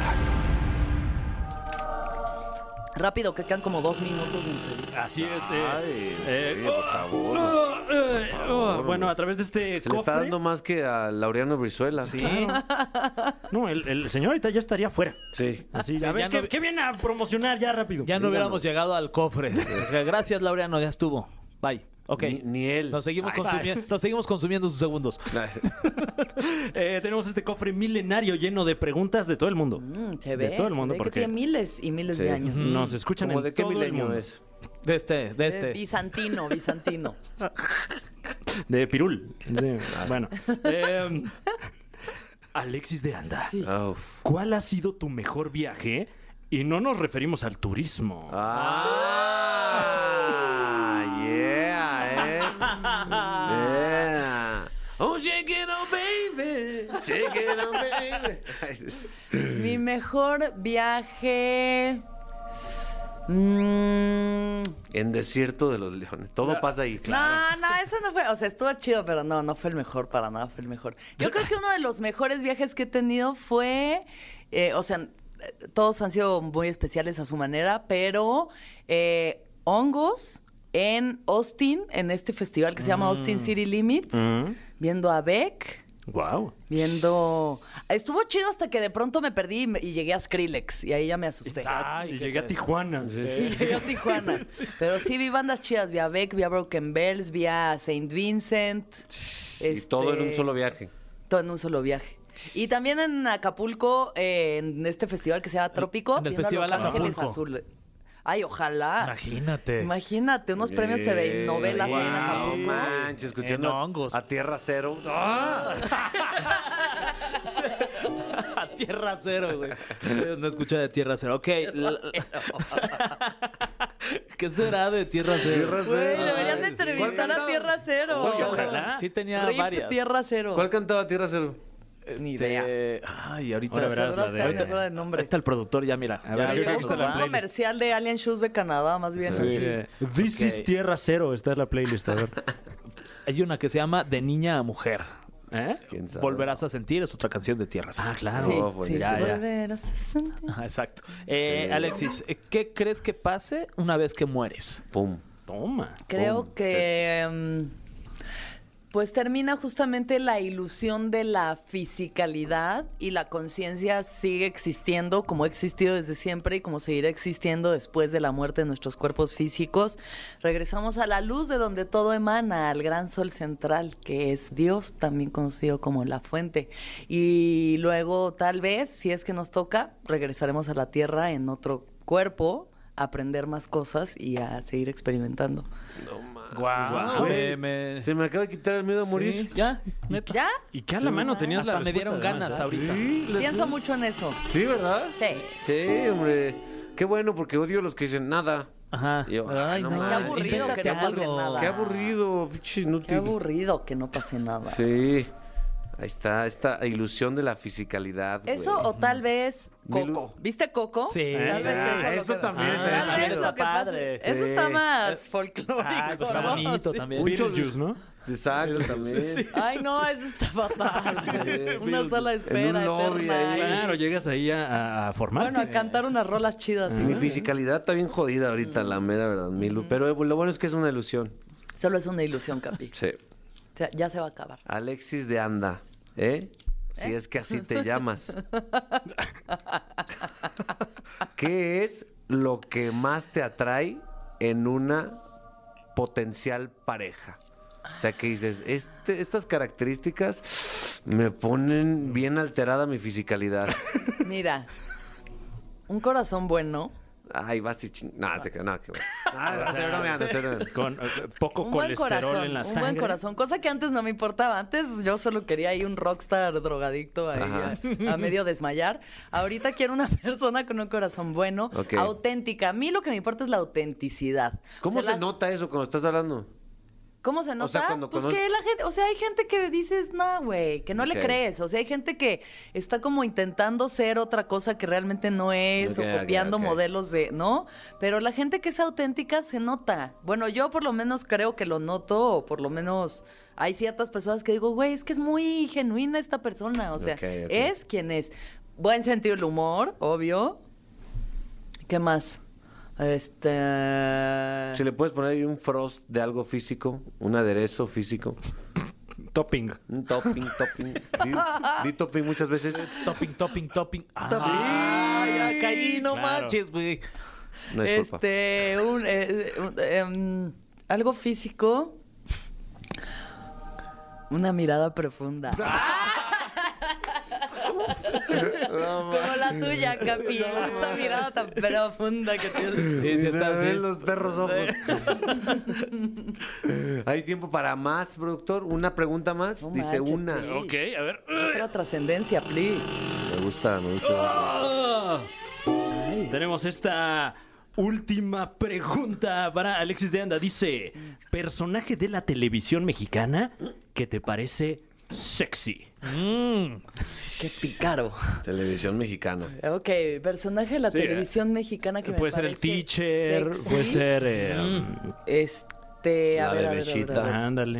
Rápido, que quedan como dos minutos. de entrevista. Así es. eh, eh, por favor, oh, eh, por oh, favor, bueno, hombre. a través de este Se le cofre. está dando más que a Laureano Brizuela. Claro. No, el, el señor ahorita ya estaría fuera. Sí. Así, Sí, a ver, ya ¿qué, no- qué viene a promocionar ya rápido? Ya no Díganos. hubiéramos llegado al cofre. O sea, Gracias, Laureano, ya estuvo. Bye. Ok. Ni, ni él. Nos seguimos, Ay, consumiendo, nos seguimos consumiendo sus segundos. Eh, tenemos este cofre milenario lleno de preguntas de todo el mundo. Mm, se De ve, todo el se mundo, ve porque- que tiene miles y miles de años. Nos escuchan ¿Cómo en de qué todo el milenio mundo. es? De este, de Eh, este. Bizantino, bizantino. De Pirul. Sí, Ah. bueno. Eh, Alexis de Anda, Ah, uf. ¿cuál ha sido tu mejor viaje? Y no nos referimos al turismo. Ah, yeah, eh. Yeah. Oh, shake it on, Eh. baby. Shake it on, baby. Mi mejor viaje. Mm, en Desierto de los Leones. Todo pasa ahí. No, no, eso no fue. O sea, estuvo chido, pero no, no fue el mejor para nada, fue el mejor. Yo creo que uno de los mejores viajes que he tenido fue. eh, o sea, eh, todos han sido muy especiales a su manera, pero eh, hongos en Austin, en este festival que se llama Austin City Limits, Mm. viendo a Beck. Wow. Viendo. Estuvo chido hasta que de pronto me perdí y me- y llegué a Skrillex. Y ahí ya me asusté. Ah. y Ah, llegué a Tijuana. Y Eh, llegué a Tijuana. Pero sí vi bandas chidas. Vi a Beck, vi a Broken Bells, vi a Saint Vincent. este, Y todo en un solo viaje. Todo en un solo viaje. Y también en Acapulco, eh, en este festival que se llama Trópico, En el viendo a Festival Los Ángeles Acapulco. Azules. Ay, ojalá. Imagínate. Imagínate, Eh, unos premios TV y novelas ahí en Wow, Acapulco. manches, escuchando En hongos. a Tierra Cero. Ah. A tierra cero, güey. Eh, No escucha de tierra cero. Ok. la- ¿Qué será de tierra cero? Tierra Güey, Cero. deberían de Ay, sí. entrevistar a ¿Cuál Tierra Cero. Oye, ojalá. Sí tenía Rip varias. Tierra Cero. ¿Cuál cantaba Tierra Cero? Ni idea. Eh, ay, ahorita Ahora verás Seguro la hasta de- no me acuerdo del nombre. Ahorita el productor ya mira. A ver, yo Oye, creo que como está un la playlist. comercial de Alien Shoes de Canadá, más bien. así. Eh, This is Tierra Cero. Está en la playlist. A ver. Hay una que se llama De niña a mujer. ¿Eh? ¿Quién sabe? Volverás a sentir es otra canción de tierra cero. Ah, claro. Sí, No, pues sí, ya, sí, ya. volverás a sentir. Ajá, Exacto. Eh, Alexis, eh, ¿qué crees que pase una vez que mueres? Pum. Toma. Creo Pum, que mm, pues termina justamente la ilusión de la fisicalidad y la conciencia sigue existiendo como ha existido desde siempre y como seguirá existiendo después de la muerte de nuestros cuerpos físicos. Regresamos a la luz de donde todo emana, al gran sol central que es Dios, también conocido como la fuente. Y luego tal vez, si es que nos toca, regresaremos a la tierra en otro cuerpo a aprender más cosas y a seguir experimentando. Guau. Güey, Se me acaba de quitar el miedo a morir. ¿Ya? ¿Ya? ¿Y qué a la mano tenías la Hasta me dieron respuesta, ganas además, ahorita. Pienso mucho en eso. Sí, ¿verdad? Sí. Sí, hombre. Qué bueno, porque odio los que dicen nada. Ajá. Yo, Ay, no no. manches. Qué aburrido que Invéntate no pase algo. nada. Qué aburrido, pinche inútil. Qué aburrido que no pase nada. Sí. Ahí está, esta ilusión de la fisicalidad. güey. Eso o tal vez Milu- Coco. ¿Viste Coco? Sí. Tal vez Ah, eso. eso también Tal está vez chido. lo que pase. Padre. Eso Sí. está más folclórico. Ah, pues está ¿no? bonito Sí. también. Beetlejuice, ¿no? Exacto, también. Ay, no, eso está fatal. güey. Una sola espera En un lobby eterna. ahí. ahí. Claro, llegas ahí a, a- a formarte. Bueno, a cantar unas rolas chidas. Mi ¿no? Mm. fisicalidad está bien jodida ahorita, la mera verdad, Milu. Pero eh, lo bueno es que es una ilusión. Solo es una ilusión, Capi. Sí. O sea, ya se va a acabar. Alexis de Anda, ¿eh? Si es que así te llamas. ¿Qué es lo que más te atrae en una potencial pareja? O sea, que dices, este- estas características me ponen bien alterada mi fisicalidad. Mira, un corazón bueno, Ay, vas y ching... No, te... no, qué bueno. Ah, estoy bromeando, estoy bromeando. Con eh, poco un buen colesterol corazón, en la un sangre. buen corazón, cosa que antes no me importaba. Antes yo solo quería ahí un rockstar drogadicto ahí a, a medio desmayar. Ahorita quiero una persona con un corazón bueno, Ok. auténtica. A mí lo que me importa es la autenticidad. ¿Cómo O sea, se la- nota eso cuando estás hablando? ¿Cómo se nota? cuando pues conoces- que la gente, o sea, hay gente que dices, no, güey, que no Ok. le crees. O sea, hay gente que está como intentando ser otra cosa que realmente no es, Ok, o ok, copiando ok. modelos de, ¿no? Pero la gente que es auténtica se nota. Bueno, yo por lo menos creo que lo noto, o por lo menos hay ciertas personas que digo, güey, es que es muy genuina esta persona. O sea, Ok, ok. es quien es. Buen sentido del humor, obvio. ¿Qué más? Este. Ah. Si le puedes poner ahí un frost de algo físico, un aderezo físico. Topping. Un topping, topping. Di, di topping muchas veces. Topping, topping, topping. Ah. Ay, ya caí, no Claro. manches, güey. No es culpa. Este, un, eh, un, em, algo físico. Una mirada profunda. Como la tuya, Capi. Esa mirada tan profunda que tienes. Y se ven los perros ojos. ¿Hay tiempo para más, productor? ¿Una pregunta más? No Dice manches, una. Pili. Ok, a ver. Otra trascendencia, please. Me gusta, me gusta. Ah. Tenemos esta última pregunta para Alexis de Anda. Dice, personaje de la televisión mexicana que te parece sexy. Mm. Qué picaro. Televisión mexicana. Ok, personaje de la Sí, eh. televisión mexicana que me puede ser el parece teacher, sexy. Mm. puede ser... eh, Este, a La ver, de a ver, a ver, a Bechita. ver. Ándale.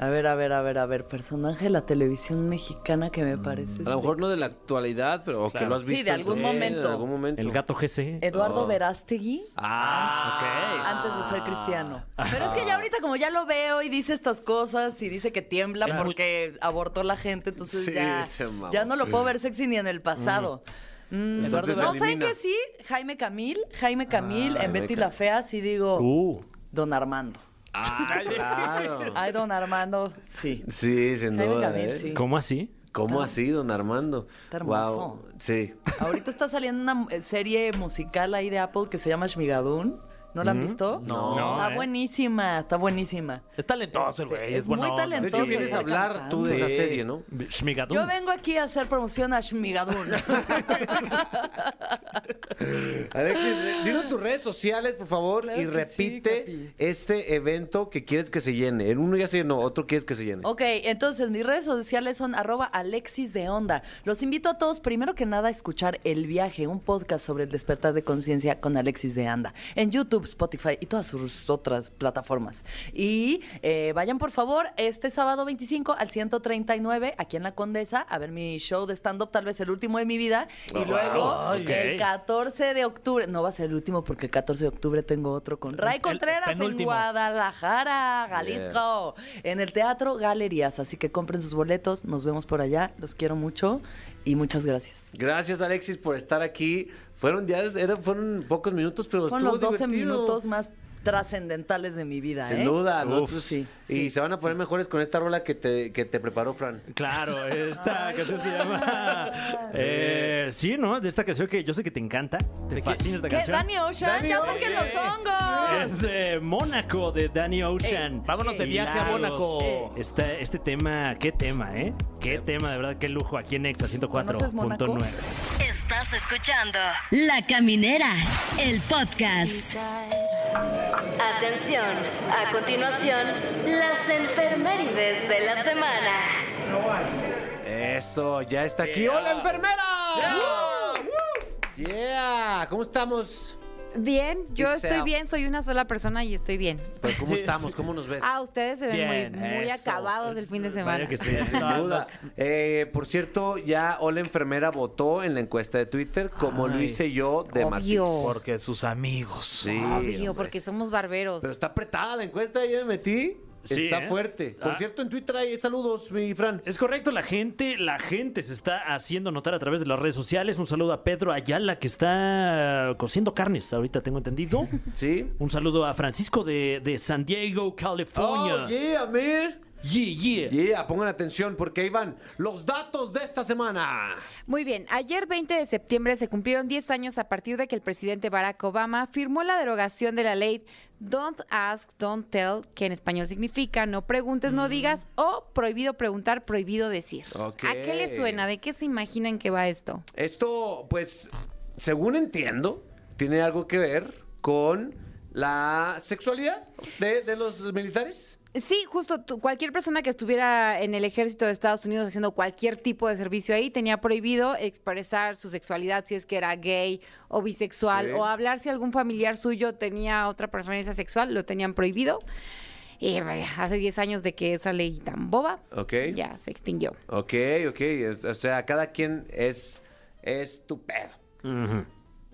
A ver, a ver, a ver, a ver, personaje de la televisión mexicana que me parece. A lo mejor no de la actualidad, pero o que Claro. lo has Sí, visto. de algún en- momento. En algún momento. El gato GC. Eduardo Oh. Verástegui Ah, ok. antes de ser cristiano. Ah. Pero es que ya ahorita como ya lo veo y dice estas cosas y dice que tiembla Era muy- porque abortó la gente, entonces Sí, ya, se mamó. ya no lo puedo ver sexy ni en el pasado. Mm, Entonces no elimina. sé qué sí, Jaime Camil, Jaime Camil en Jaime Betty Camil. la Fea sí digo Uh. Don Armando. Ah, claro. Ay, Don Armando, sí. Sí, sin Jaime duda. Camil, ¿eh? sí. ¿Cómo así? ¿Cómo así, don Armando? Está hermoso. Wow. Sí. Ahorita está saliendo una eh, serie musical ahí de Apple que se llama Shmigadun. ¿No la han visto? No. No, Está eh. buenísima, está buenísima. Es talentoso el güey. Es Es, buena muy onda. De talentoso. hecho, Entonces, vienes a hablar tú de esa Sí. serie, ¿no? Shmigadun. Yo vengo aquí a hacer promoción a Shmigadun. Alexis, re- dinos tus redes sociales, por favor, Claro y que sí, repite Capi. este evento que quieres que se llene. En uno ya se llenó, otro quieres que se llene. ok, entonces mis redes sociales son arroba Alexis de Onda. Los invito a todos, primero que nada, a escuchar El Viaje, un podcast sobre el despertar de conciencia con Alexis de Anda. En YouTube, Spotify y todas sus otras plataformas. Y eh, vayan, por favor, este sábado 25 al 139, aquí en La Condesa, a ver mi show de stand-up, tal vez el último de mi vida. Y Oh, Wow, luego ok. el 14 de octubre, no va a ser el último porque el 14 de octubre tengo otro con Ray El Contreras en penúltimo. Guadalajara, Jalisco, en el Teatro Galerías. Así que compren sus boletos, nos vemos por allá, los quiero mucho y muchas gracias. Gracias, Alexis, por estar aquí. Fueron ya, era- fueron pocos minutos, pero Con Pues los estuvo 12 divertido. minutos más trascendentales de mi vida. Sin ¿eh? duda, ¿no? Uf, Pues, sí, y sí, se van a poner mejores con esta rola que te, que te preparó Fran. Claro, eh. esta canción se llama. Eh, sí, ¿no? De esta canción que yo sé que te encanta. Te fascina esta ¿Qué? canción. Dani Ocean, Danny ya Ocean. saquen los hongos. Es eh, Mónaco de Danny Ocean. Ey, vámonos de Y viaje a Lagos. Mónaco. Eh, Está, este tema, qué tema, ¿eh? Qué tema, de verdad, qué lujo aquí en Exa ¿Conoces Mónaco? 104.9. Estás escuchando La Caminera, el podcast. Atención, a continuación, las enfermerides de la semana. Eso, ya está aquí. ¡Hola, enfermera! Yeah. ¿Cómo estamos? Bien, yo Itzel. estoy bien, soy una sola persona y estoy bien. Pues, ¿Cómo estamos? ¿Cómo nos ves? Ah, ustedes se ven Bien, muy, muy eso. acabados del fin de semana. Vaya que sí. Sin duda. Eh, por cierto, ya Hola Enfermera votó en la encuesta de Twitter como Ay. lo hice yo de Obvio. Matiz. Porque sus amigos. Sí, Obvio, hombre. porque somos barberos. Pero está apretada la encuesta, yo me metí. Sí, está ¿eh? fuerte. Por Ah. cierto, en Twitter hay saludos, mi Fran. Es correcto, la gente, la gente se está haciendo notar a través de las redes sociales. Un saludo a Pedro Ayala que está cociendo carnes, ahorita tengo entendido. ¿Sí? Un saludo a Francisco de, de San Diego, California. Oh, yeah, man. Yeah, yeah. Yeah, pongan atención porque ahí van los datos de esta semana. Muy bien, ayer 20 de septiembre se cumplieron 10 años a partir de que el presidente Barack Obama firmó la derogación de la ley Don't Ask, Don't Tell, que en español significa no preguntes, no digas o prohibido preguntar, prohibido decir. Ok. ¿A qué le suena? ¿De qué se imaginan que va esto? Esto, pues, según entiendo, tiene algo que ver con la sexualidad de, de los militares. Sí, justo tú- cualquier persona que estuviera en el ejército de Estados Unidos haciendo cualquier tipo de servicio ahí tenía prohibido expresar su sexualidad si es que era gay o bisexual Sí. o hablar si algún familiar suyo tenía otra preferencia sexual, lo tenían prohibido. Y vaya, hace 10 años de que esa ley tan boba Ok. ya se extinguió. Ok, ok. es- o sea, cada quien es, es tu pedo.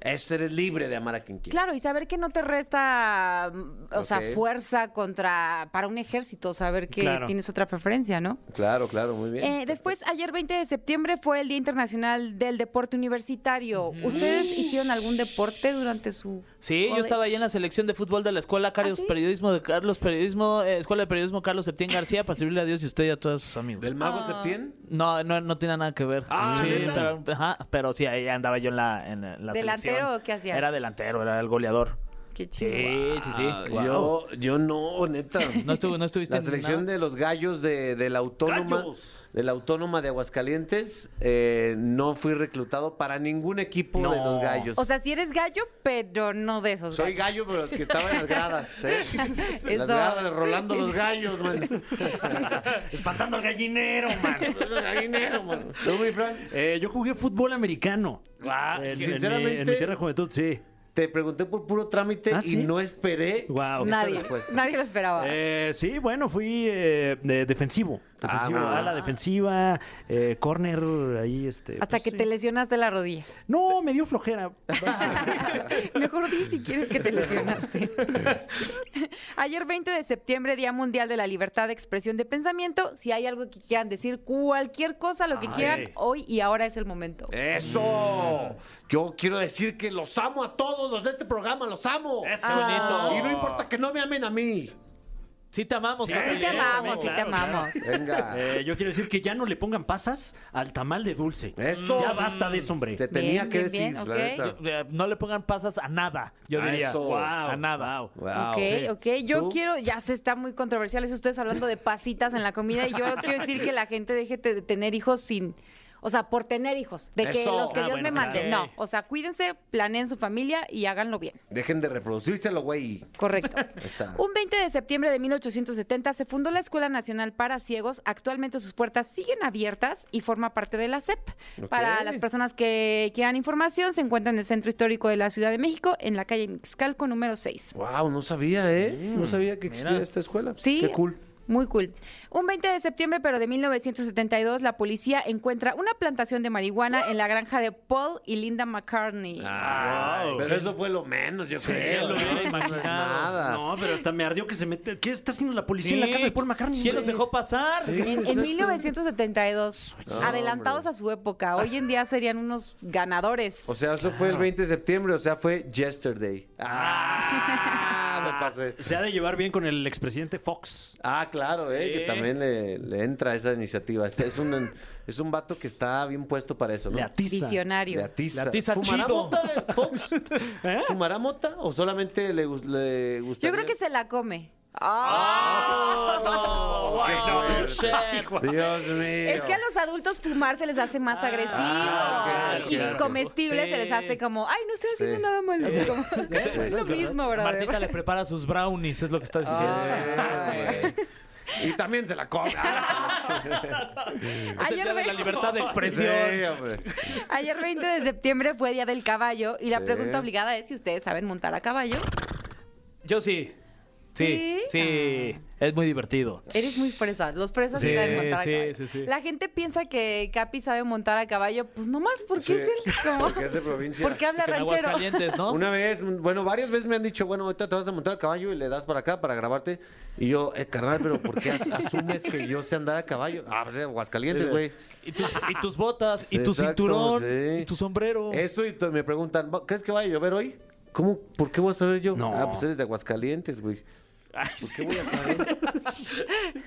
Es- eres libre de amar a quien quieras. Claro, y saber que no te resta, mm, o sea, Ok. fuerza contra para un ejército, saber que Claro. tienes otra preferencia, ¿no? Claro, claro, muy bien. Eh, después, ayer 20 de septiembre fue el Día Internacional del Deporte Universitario. ¿Ustedes hicieron algún deporte durante su... Sí, yo college? estaba ahí en la selección de fútbol de la ¿Ah, escuela Carlos Periodismo de Carlos Periodismo, eh, Escuela de Periodismo Carlos Septién García para servirle a Dios y usted y a todos sus amigos. ¿Del mago Ah. Septién? No, no, no tiene nada que ver. Ah, sí, ¿neta? pero, ajá, pero sí, ahí andaba yo en la, en la- en la selección. ¿Delantero o qué hacías? Era delantero, era el goleador. Qué Sí, chido. sí, sí. Ah, Wow. Yo, yo no, neta. No estuvo- no estuviste La en selección nada. de los gallos de, de la autónoma, de la autónoma de Aguascalientes, eh, no fui reclutado para ningún equipo de los gallos. O sea, si eres gallo, pero no de esos soy gallos. gallo, pero los que estaban en las gradas, ¿eh? Eso. Las gradas, rolando los gallos, man. Espantando al gallinero, man. gallinero, man. ¿Tú, mi Fran? yo jugué fútbol americano. Ah, En- en mi- Ah, Sinceramente, en mi tierra de juventud, sí. Te pregunté por puro trámite Ah, y ¿sí? no esperé. Wow. Nadie, pues. nadie lo esperaba. Eh, sí, bueno, fui eh, de- defensivo. Defensivo, Ah. ala defensiva, eh, corner, ahí este. Hasta que te lesionaste la rodilla. No, me dio flojera. Mejor di si quieres que te lesionaste. Ayer 20 de septiembre, Día Mundial de la Libertad de Expresión de Pensamiento. Si hay algo que quieran decir, cualquier cosa, lo que Ay. quieran, hoy y ahora es el momento. ¡Eso! Mm. Yo quiero decir que los amo a todos los de este programa, los amo. Eso. Qué bonito. Y no importa que no me amen a mí. Sí te amamos. Sí, Carlos. sí te amamos, sí te Claro, claro. amamos. Venga. Eh, yo quiero decir que ya no le pongan pasas al tamal de dulce. Eso. Ya basta de eso, hombre. Te tenía Bien, que bien, decir, bien, la ok. neta. Yo- eh, no le pongan pasas a nada, yo A diría. eso. Wow. A nada. Ok, ok. Yo quiero, ya se está muy controversial eso, ustedes hablando de pasitas en la comida, y yo quiero decir que la gente deje te- de tener hijos sin, o sea, por tener hijos, de que Eso. los que Ah, Dios bueno, me mande. claro. No, o sea, cuídense, planeen su familia y háganlo bien. Dejen de reproducírselo, güey. Correcto. Ahí está. Un 20 de septiembre de 1870 se fundó la Escuela Nacional para Ciegos. Actualmente sus puertas siguen abiertas y forma parte de la CEP. Ok. Para las personas que quieran información, se encuentra en el Centro Histórico de la Ciudad de México, en la calle Mixcalco número 6. Wow, no sabía, ¿eh? Mm. No sabía que existía Mira. esta escuela. Sí. Qué cool. Muy cool. Un 20 de septiembre, pero de 1972, la policía encuentra una plantación de marihuana en la granja de Paul y Linda McCartney. Ah. Ay, pero sí. eso fue lo menos, yo Sí, creo. lo hubiera No, imaginado. es nada. No, pero hasta me ardió que se mete. ¿Qué está haciendo la policía Sí. en la casa de Paul McCartney? ¿Quién los hombre? dejó pasar? Sí. En, en 1972, No, adelantados a su época, hoy en día serían unos ganadores. O sea, eso fue el 20 de septiembre, o sea, fue yesterday. Ah, me pasé. Se ha de llevar bien con el expresidente Fox. Ah, claro, eh, que Sí. también le, le entra esa iniciativa. Este es un es un vato que está bien puesto para eso, ¿no? Le atiza. Visionario. Le atiza. Le atiza ¿Fumará chido. ¿Eh? mota, eh, Fox? ¿Fumará mota o solamente le, gus- le gusta? Yo creo que se la come. ¡Ah! Dios mío. Es que a los adultos fumar se les hace más agresivo Ah, ok, y ok, ok. comestible se les hace como, ay, no estoy haciendo nada malo. Como- es lo mismo, Ah, brother. Martita le prepara sus brownies, es lo que está diciendo. Y también se la come. Ah, Es el Ayer día de ve- la libertad de expresión. Sí, hombre. Ayer 20 de septiembre fue Día del Caballo y la Sí. pregunta obligada es si ustedes saben montar a caballo. Yo sí. Sí, ¿Sí? Ah. sí. Es muy divertido. Eres muy fresa, los fresas sí, Sí, saben montar a sí, caballo. sí, sí. La gente piensa que Capi sabe montar a caballo, pues nomás porque Sí, es él. como- Porque es de provincia. Porque habla Porque en ranchero. Aguascalientes, ¿no? Una vez, bueno, varias veces me han dicho, bueno, ahorita te vas a montar a caballo y le das para acá para grabarte. Y yo, eh, carnal, pero ¿por qué as- asumes que yo sé andar a caballo? Ah, pues de Aguascalientes, güey. Y, tus- y tus botas, y tu Exacto, cinturón, sí. y tu sombrero. Eso, y to- me preguntan, "Va- ¿crees que vaya a llover hoy? ¿Cómo? ¿Por qué voy a saber yo? Ah, pues eres de Aguascalientes, güey. "Pues, ¿Por qué voy a saber?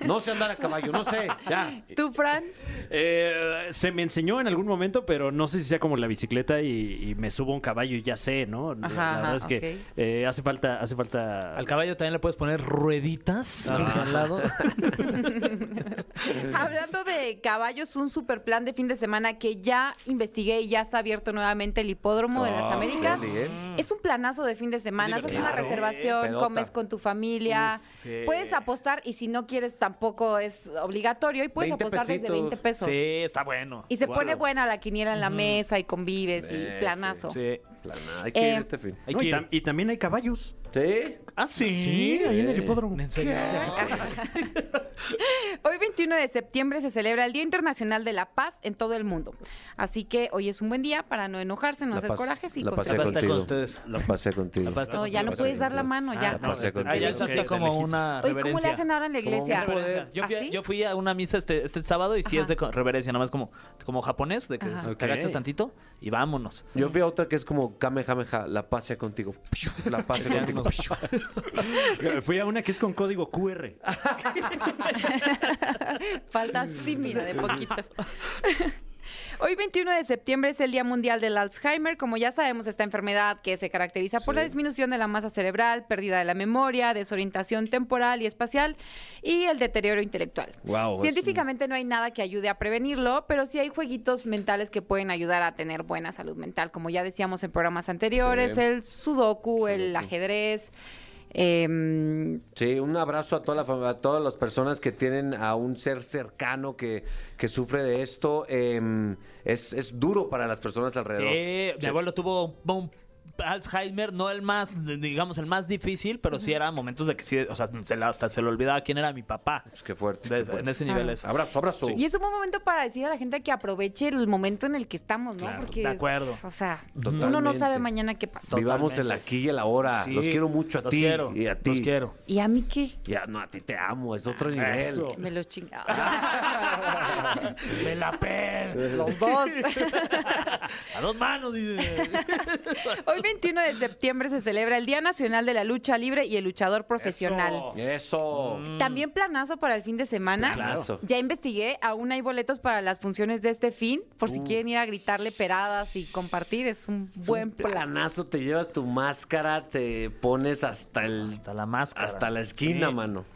no sé andar a caballo, no sé. Ya. ¿Tú, Fran? Eh, se me enseñó en algún momento, pero no sé si sea como la bicicleta y, y me subo a un caballo y ya sé, ¿no? La- Ajá, la verdad ajá, es que eh, hace falta, hace falta. Al caballo también le puedes poner rueditas al Ah. lado. Hablando de caballos, un super plan de fin de semana que ya investigué y ya está abierto nuevamente el hipódromo de las Ah, Américas. qué bien. Es un planazo de fin de semana, haces una Claro. reservación, Pelota. comes con tu familia, Uf, sí. puedes apostar y si no quieres tampoco es obligatorio y puedes 20 apostar desde 20 pesos. Sí, está bueno. Y se Guau. pone buena la quiniela en la mesa y convives Eh, y planazo. Sí. Planada, hay que ir Eh, este fin. No, y, tam- y también hay caballos. ¿Sí? Ah, sí. Sí, ahí en el Sí. hipódromo. ¿En serio? Hoy 21 de septiembre se celebra el Día Internacional de la Paz en todo el mundo. Así que hoy es un buen día para no enojarse, no La hacer pas- corajes y la contar. pasé La paz está contigo. con ustedes. La pasé contigo. La paz está No, contigo. ya no La pasé puedes dar la contigo. mano, Ah, ya. la pasé Ah, contigo. ya es hasta Ok, como lejitos. una Oye, reverencia. ¿cómo le hacen ahora en la Como una iglesia? Reverencia. Yo fui, a, ¿Así? yo fui a una misa este, este sábado y sí Ajá. es de co- reverencia, nada más como, como japonés, de que Ajá. se- Ok. te agachas tantito y vámonos. Yo fui a otra que es como Kamehameha, la pasé contigo. Piu, La pasé Ya contigo. nos- Piu. Fui a una que es con código QR. Falta sí, mira, de poquito. Hoy 21 de septiembre es el Día Mundial del Alzheimer. Como ya sabemos, esta enfermedad que se caracteriza por la disminución de la masa cerebral, pérdida de la memoria, desorientación temporal y espacial y el deterioro intelectual. Guau, es Científicamente no hay nada que ayude a prevenirlo, pero sí hay jueguitos mentales que pueden ayudar a tener buena salud mental, como ya decíamos en programas anteriores, Sí. el sudoku, el Sudoku. ajedrez. em, Sí, un abrazo a toda la fam- a todas las personas que tienen a un ser cercano que, que sufre de esto. Em, es, es duro para las personas Sí, alrededor. mi abuelo tuvo un, un Alzheimer, no el más, de- digamos, el más difícil, pero sí era momentos de que sí, o sea, se le- hasta se le olvidaba quién era mi papá. Pues qué fuerte. De- qué fuerte. en ese nivel Claro. es. Abrazo, abrazo. Y es un buen momento para decir a la gente que aproveche el momento en el que estamos, ¿no? Claro, Porque, de acuerdo. O sea, uno no Totalmente. sabe mañana qué pasa. Vivamos el Totalmente. aquí y el ahora. Sí, los quiero mucho a los ti quiero, y a ti. Los quiero. Ah, ¿Y a mí qué? Ya, no, a ti te amo, es otro nivel. Que Me lo chingaba. Me la pel. Los dos. A dos manos, dice. Hoy 21 de septiembre se celebra el Día Nacional de la Lucha Libre y el Luchador Profesional. Eso. Mm. Eso. Mm. También planazo para el fin de semana. Planazo. Ya investigué, aún hay boletos para las funciones de este fin, por si quieren ir a gritarle peradas y compartir, es un Es buen un plan. planazo, te llevas tu máscara, te pones hasta el Hasta la máscara. hasta la esquina, Sí. mano.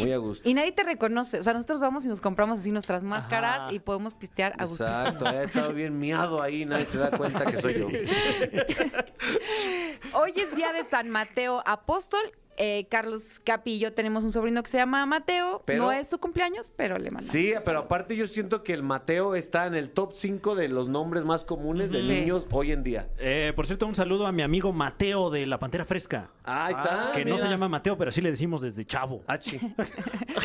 Muy a gusto. Y nadie te reconoce. O sea, nosotros vamos y nos compramos así nuestras máscaras Ajá. y podemos pistear a gusto. Exacto, he estado bien miado ahí, nadie se da cuenta que soy yo. Hoy es día de San Mateo Apóstol. Eh, Carlos Capi y yo tenemos un sobrino que se llama Mateo. Pero- no es su cumpleaños, pero le mandamos. Sí, un pero saludo. aparte yo siento que el Mateo está en el top 5 de los nombres más comunes de Ujú. Sí. niños hoy en día. Eh, por cierto, un saludo a mi amigo Mateo de la Pantera Fresca. Ah, Ah, Ahí está. Ah, que no se llama Mateo, pero así le decimos desde chavo. Hachi.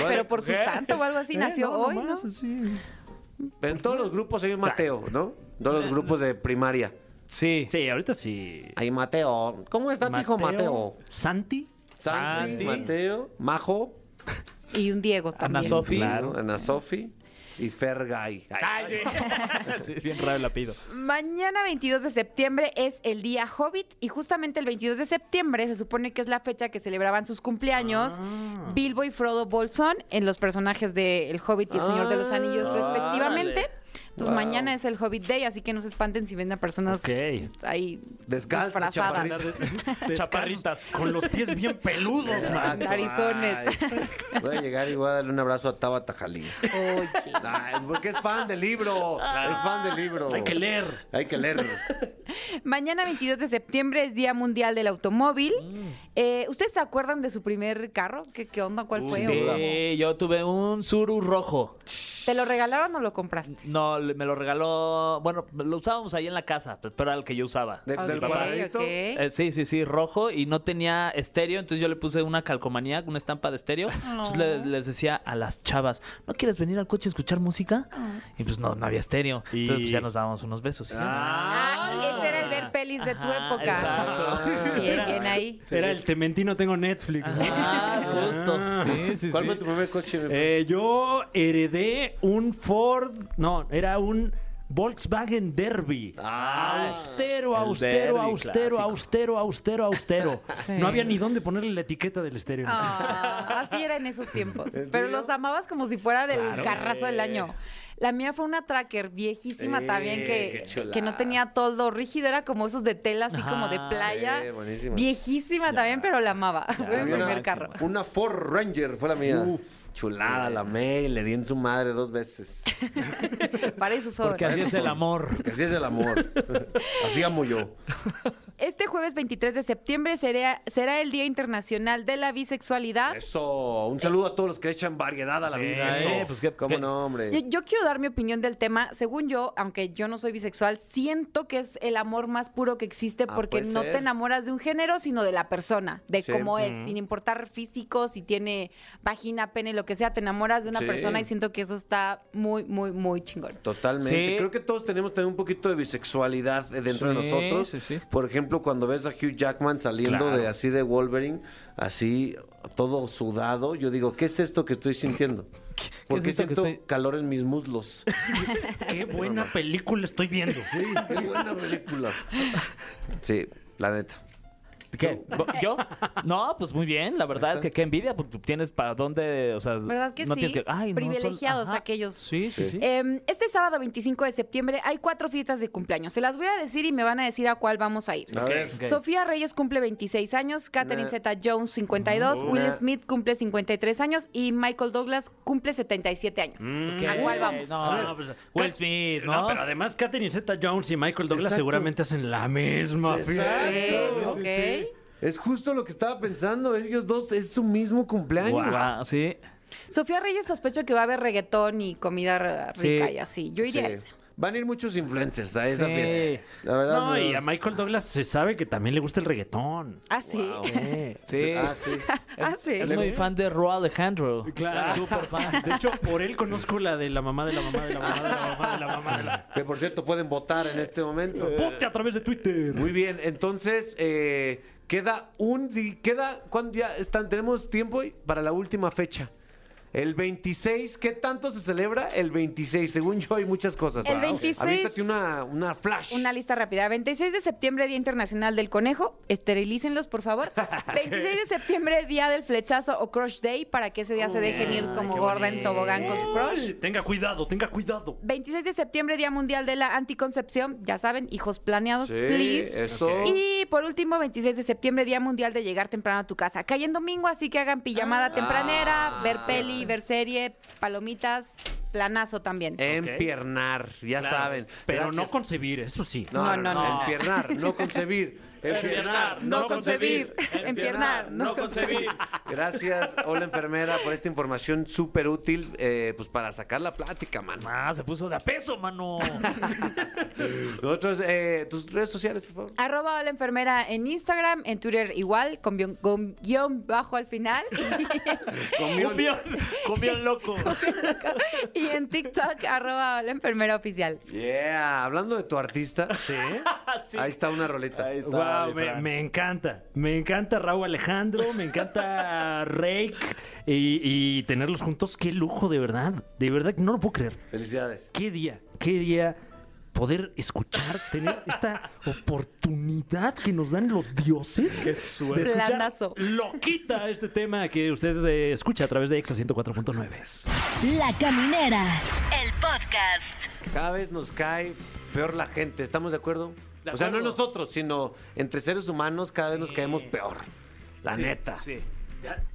Pero por su Eh. santo o algo así nació hoy, ¿eh? ¿no? Pero en todos los grupos hay un Mateo, ¿no? En todos los grupos de primaria. Sí. Sí, ahorita sí. Hay Mateo. ¿Cómo está tu hijo Mateo? ¿Santi? Santi, Santi. Mateo, Majo, Y un Diego también. Ana Sofi. claro, Ana Sofi y Fergay. Ay, Sí, bien raro el apellido. Mañana 22 de septiembre es el día Hobbit y justamente el 22 de septiembre se supone que es la fecha que celebraban sus cumpleaños Bilbo y Frodo Bolsón en los personajes de El Hobbit y El Señor de los Anillos Ah, respectivamente. órale. Entonces Wow. mañana es el Hobbit Day, así que no se espanten si ven a personas Ok. ahí Descalzas, disfrazadas. chaparritas. Chaparritas. Con los pies bien peludos, man. Narizones. Ay, Voy a llegar y voy a darle un abrazo a Tabata Jalí. Oye. Ay, porque es fan del libro. Es fan del libro. Hay que leer. Hay que leer. Mañana 22 de septiembre es Día Mundial del Automóvil. Eh, ¿Ustedes se acuerdan de su primer carro? ¿Qué, qué onda? ¿Cuál Uh, fue? sin duda. Sí, yo tuve un suru rojo. ¿Te lo regalaron o lo compraste? No, le- me lo regaló. Bueno, lo usábamos ahí en la casa, pero era el que yo usaba. De- del Ok, cuadradito. ok. Eh, sí, sí, sí, rojo y no tenía estéreo, entonces yo le puse una calcomanía, una estampa de estéreo. Entonces le- les decía a las chavas, ¿no quieres venir al coche a escuchar música? Ah. Y pues no, no había estéreo. Y- Entonces pues, ya nos dábamos unos besos. y ya. Ah, ese era el ver pelis de tu Ajá, época. exacto. Bien, bien ahí. Era el tementino, tengo Netflix. Ah, justo. Sí, sí, ¿Cuál sí. fue tu primer coche? Eh, yo heredé un Ford. No, era un Volkswagen Derby. Ah, austero, el austero, derbi austero, clásico. austero, austero, austero. Sí. No había ni dónde ponerle la etiqueta del estéreo. Ah, así era en esos tiempos. Pero los amabas como si fueran el Claro. carrazo del año. La mía fue una tracker viejísima Eh, también qué que, chulada. que no tenía toldo rígido, era como esos de tela así como de Ah, Ajá. playa. Sí, buenísima. viejísima también, pero la amaba. Fue mi primer carro. Una Ford Ranger fue la mía. Chulada, eh. la amé y le di en su madre dos veces. Para eso son. Porque así es el amor. Porque así es el amor. Así amo yo. Este jueves 23 de septiembre será, será el Día Internacional de la Bisexualidad. Eso. Un saludo a todos los que le echan variedad a la Sí, vida. eh, Eso. pues qué- ¿Cómo qué- no, Yo, hombre? yo quiero dar mi opinión del tema. Según yo, aunque yo no soy bisexual, siento que es el amor más puro que existe Ah, porque puede no ser. te enamoras de un género, sino de la persona, de Sí. cómo es, Ujú. sin importar físico, si tiene vagina, pene, lo que sea, te enamoras de una Sí. persona y siento que eso está muy, muy, muy chingón. Totalmente. Sí. Creo que todos tenemos también un poquito de bisexualidad eh, dentro Sí, de nosotros. sí, sí. Por ejemplo, cuando ves a Hugh Jackman saliendo Claro. de así de Wolverine, así todo sudado, yo digo, ¿qué es esto que estoy sintiendo? ¿Por es qué esto que siento calor en mis muslos? Qué buena película estoy viendo. Sí, qué buena película. Sí, la neta. ¿Qué? ¿Yo? No, pues muy bien. La verdad es que qué envidia, porque tienes para dónde, o sea, ¿Verdad que no sí? tienes que- Ay, no, solo- Privilegiados ajá. aquellos. Sí, sí, sí. Eh, este sábado 25 de septiembre hay cuatro fiestas de cumpleaños. Se las voy a decir y me van a decir a cuál vamos a ir. A ver. Ok. Sofía Reyes cumple 26 años, Catherine Nah. Zeta-Jones 52, Nah. Will Smith cumple 53 años y Michael Douglas cumple 77 Mm. años. ¿A cuál vamos? Mm. No, no, pues, Will Smith, ¿no? pero además Catherine Zeta-Jones y Michael Douglas Exacto. seguramente hacen la misma fiesta. Exacto, Sí, sí. Es justo lo que estaba pensando. Ellos dos es su mismo cumpleaños. Guau, sí. Sofía Reyes sospecho que va a haber reggaetón y comida Sí. rica y así. Yo iría a Sí. esa. Van a ir muchos influencers a esa Sí. fiesta. La verdad. No, y no- a Michael Douglas se sabe que también le gusta el reggaetón. Ah, sí. Wow. Sí. Ah, sí. Ah, sí. Es muy fan de Ro Alejandro. Claro. Súper fan. De hecho, por él conozco la de la mamá de la mamá de la mamá de la mamá de la mamá de la... Que por cierto pueden votar en este momento. Vote a través de Twitter. Muy bien, entonces eh, queda un di- queda cuando ya están tenemos tiempo hoy para la última fecha. El 26, ¿qué tanto se celebra el 26? Según yo hay muchas cosas. Ah, El 26. Aviéntate una una flash. Una lista rápida. 26 de septiembre, Día Internacional del Conejo. Esterilícenlos, por favor. 26 de septiembre, Día del Flechazo o Crush Day, para que ese día se dejen ir como gorda en tobogán con su crush. Tenga cuidado, tenga cuidado. 26 de septiembre, Día Mundial de la Anticoncepción. Ya saben, hijos planeados, Sí, please. eso. Y por último, 26 de septiembre, Día Mundial de Llegar Temprano a tu casa. Cae en domingo, así que hagan Ah, pijamada tempranera, ver peli, ver serie, palomitas, planazo también. Empiernar, ya Claro, saben. Pero no Gracias. concebir, eso sí. No, no, no, No, no, no, no. Empiernar, no concebir. Empiernar, no concebir. Empiernar, no concebir. Gracias, hola enfermera, por esta información súper útil eh, pues para sacar la plática, mano. Ah, se puso de a peso, mano. Nosotros, eh, tus redes sociales, por favor. Arroba hola enfermera en Instagram, en Twitter igual, con guión, con guión bajo al final. Conmigo- Comió loco. y en TikTok, arroba hola enfermera oficial. Yeah, hablando de tu artista, ahí está una roleta. Wow, me, me encanta. Me encanta Raúl Alejandro, me encanta Rake y, y tenerlos juntos. Qué lujo, de verdad. De verdad, no lo puedo creer. Felicidades. Qué día, qué día poder escuchar, tener esta oportunidad que nos dan los dioses. Qué suerte. Planazo. Loquita este tema que usted eh, escucha a través de Exa 104.9. La Caminera, el podcast. Cada vez nos cae peor la gente, ¿estamos de acuerdo? De O sea, no acuerdo. nosotros, sino entre seres humanos cada vez nos caemos peor. La Sí, neta. Sí.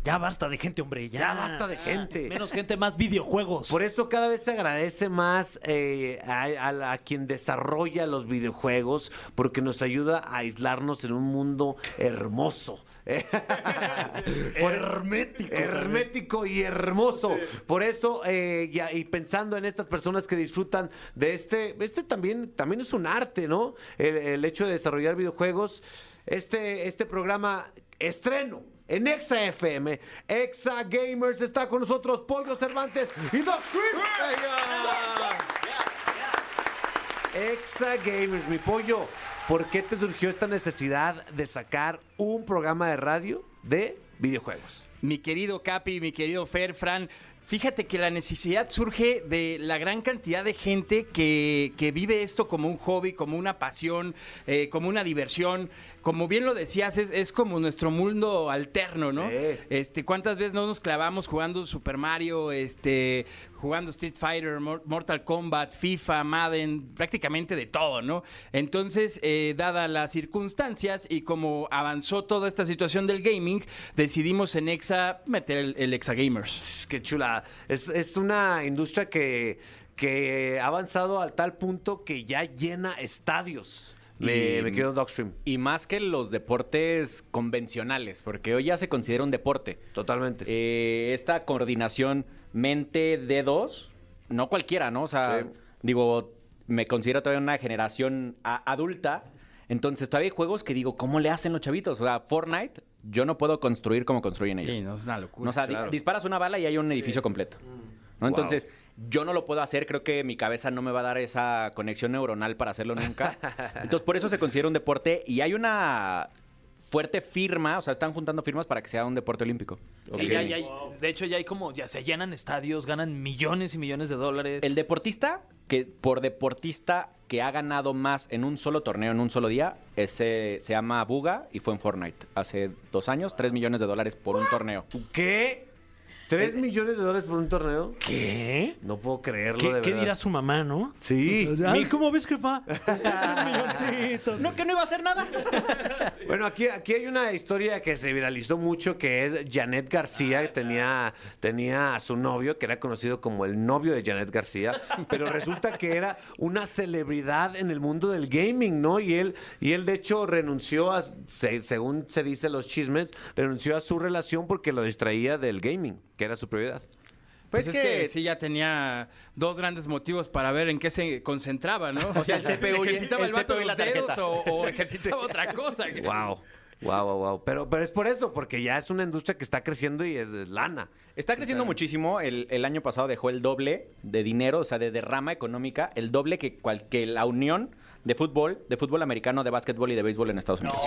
Ya basta de gente, hombre, ya. Ya basta de gente. Menos gente, más videojuegos. Por eso cada vez se agradece más eh, a, a la- a quien desarrolla los videojuegos, porque nos ayuda a aislarnos en un mundo hermoso. Hermético. Eh, Hermético y hermoso. Por eso, eh, y, a- y pensando en estas personas que disfrutan de este, este también, también es un arte, ¿no? El, el hecho de desarrollar videojuegos. Este, este programa estreno en Exa FM. Exa Gamers está con nosotros, Pollo Cervantes y Doc Stream. Exa Gamers, mi pollo, ¿por qué te surgió esta necesidad de sacar un programa de radio de videojuegos. Mi querido Capi, mi querido Fer, Fran, fíjate que la necesidad surge de la gran cantidad de gente que, que vive esto como un hobby, como una pasión, eh, como una diversión. Como bien lo decías, es, es como nuestro mundo alterno, ¿no? Este, ¿Cuántas veces no nos clavamos jugando Super Mario, este, jugando Street Fighter, Mor- Mortal Kombat, FIFA, Madden, prácticamente de todo, ¿no? Entonces, eh, dadas las circunstancias y como avanzó toda esta situación del gaming, decidimos en Exa meter el, el Exa Gamers. Es que chula. Es, es una industria que, que ha avanzado al tal punto que ya llena estadios. Me, Y- me quedo en Dogstream. Y más que los deportes convencionales, porque hoy ya se considera un deporte. Eh, Totalmente. esta coordinación mente-dedos, no cualquiera, ¿no? O sea, digo, me considero todavía una generación a- adulta. Entonces, todavía hay juegos que digo, ¿cómo le hacen los chavitos? O sea, Fortnite, yo no puedo construir como construyen ellos. no, es una locura. No, o sea, di- Claro. disparas una bala y hay un edificio completo. ¿no? Wow. Entonces, yo no lo puedo hacer, creo que mi cabeza no me va a dar esa conexión neuronal para hacerlo nunca. Entonces, por eso se considera un deporte y hay una fuerte firma, o sea, están juntando firmas para que sea un deporte olímpico. Sí, ya- ya hay- de hecho, ya hay como, ya se llenan estadios, ganan millones y millones de dólares. El deportista que por deportista que ha ganado más en un solo torneo, en un solo día, ese se llama Buga y fue en Fortnite. Hace dos años, tres millones de dólares por un torneo. ¿Qué? ¿Tres millones de dólares por un torneo? eh, ¿Qué? No puedo creerlo, ¿Qué, de qué verdad. dirá su mamá, no? Sí. Ay, ¿Cómo ves, jefa? milloncitos. No, que no iba a hacer nada. Bueno, aquí, aquí hay una historia que se viralizó mucho, que es Janet García, que tenía, tenía a su novio, que era conocido como el novio de Janet García, pero resulta que era una celebridad en el mundo del gaming, ¿no? Y él, y él de hecho, renunció a, se- según se dice los chismes, renunció a su relación porque lo distraía del gaming, que era su prioridad. Pues, es que... sí, ya tenía dos grandes motivos para ver en qué se concentraba, ¿no? O sea, el CPU y- ejercitaba el, el vato CPU y la los dedos tarjeta. o, o ejercitaba otra cosa. Wow. Wow, wow, wow. Pero, pero es por eso, porque ya es una industria que está creciendo y es, es lana. Está creciendo muchísimo. El, el año pasado dejó el doble de dinero, o sea, de derrama económica, el doble que, cual- que la unión de fútbol, de fútbol americano, de básquetbol y de béisbol en Estados Unidos.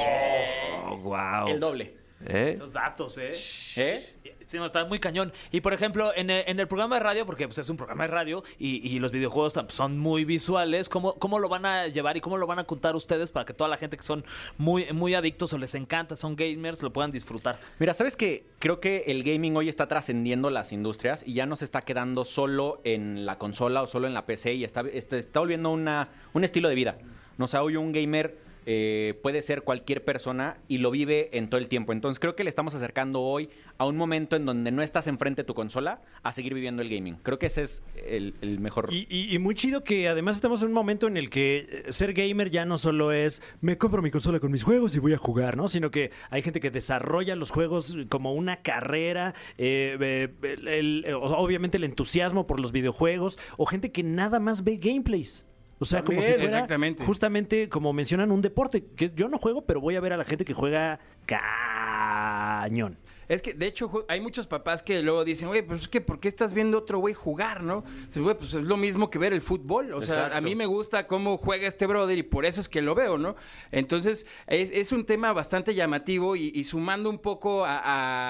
Oh, wow. El doble. ¿Eh? Esos datos, ¿eh? ¿Eh? Sí, no, está muy cañón. Y por ejemplo, en el, en el programa de radio, porque pues, es un programa de radio y, y los videojuegos tam- son muy visuales, ¿cómo, ¿cómo lo van a llevar y cómo lo van a contar ustedes para que toda la gente que son muy, muy adictos o les encanta, son gamers, lo puedan disfrutar? Mira, ¿sabes qué? Creo que el gaming hoy está trascendiendo las industrias y ya no se está quedando solo en la consola o solo en la PC y está, está, está volviendo una, un estilo de vida. No, o sea, hoy un gamer eh, puede ser cualquier persona y lo vive en todo el tiempo. Entonces creo que le estamos acercando hoy a un momento en donde no estás enfrente de tu consola a seguir viviendo el gaming. Creo que ese es el, el mejor... Y, y- y muy chido que además estamos en un momento en el que eh, ser gamer ya no solo es me compro mi consola con mis juegos y voy a jugar, ¿no? Sino que hay gente que desarrolla los juegos como una carrera, eh, eh, el- el- o sea, obviamente el entusiasmo por los videojuegos, o gente que nada más ve gameplays. O sea, como si También, fuera exactamente. justamente como mencionan un deporte, que yo no juego, pero voy a ver a la gente que juega cañón. Es que, de hecho, ju- hay muchos papás que luego dicen, oye, pues es que, ¿por qué estás viendo otro güey jugar, no? Dices, güey, pues es lo mismo que ver el fútbol. O sea, Exacto. a mí me gusta cómo juega este brother y por eso es que lo veo, ¿no? Entonces, es, es un tema bastante llamativo y, y sumando un poco a-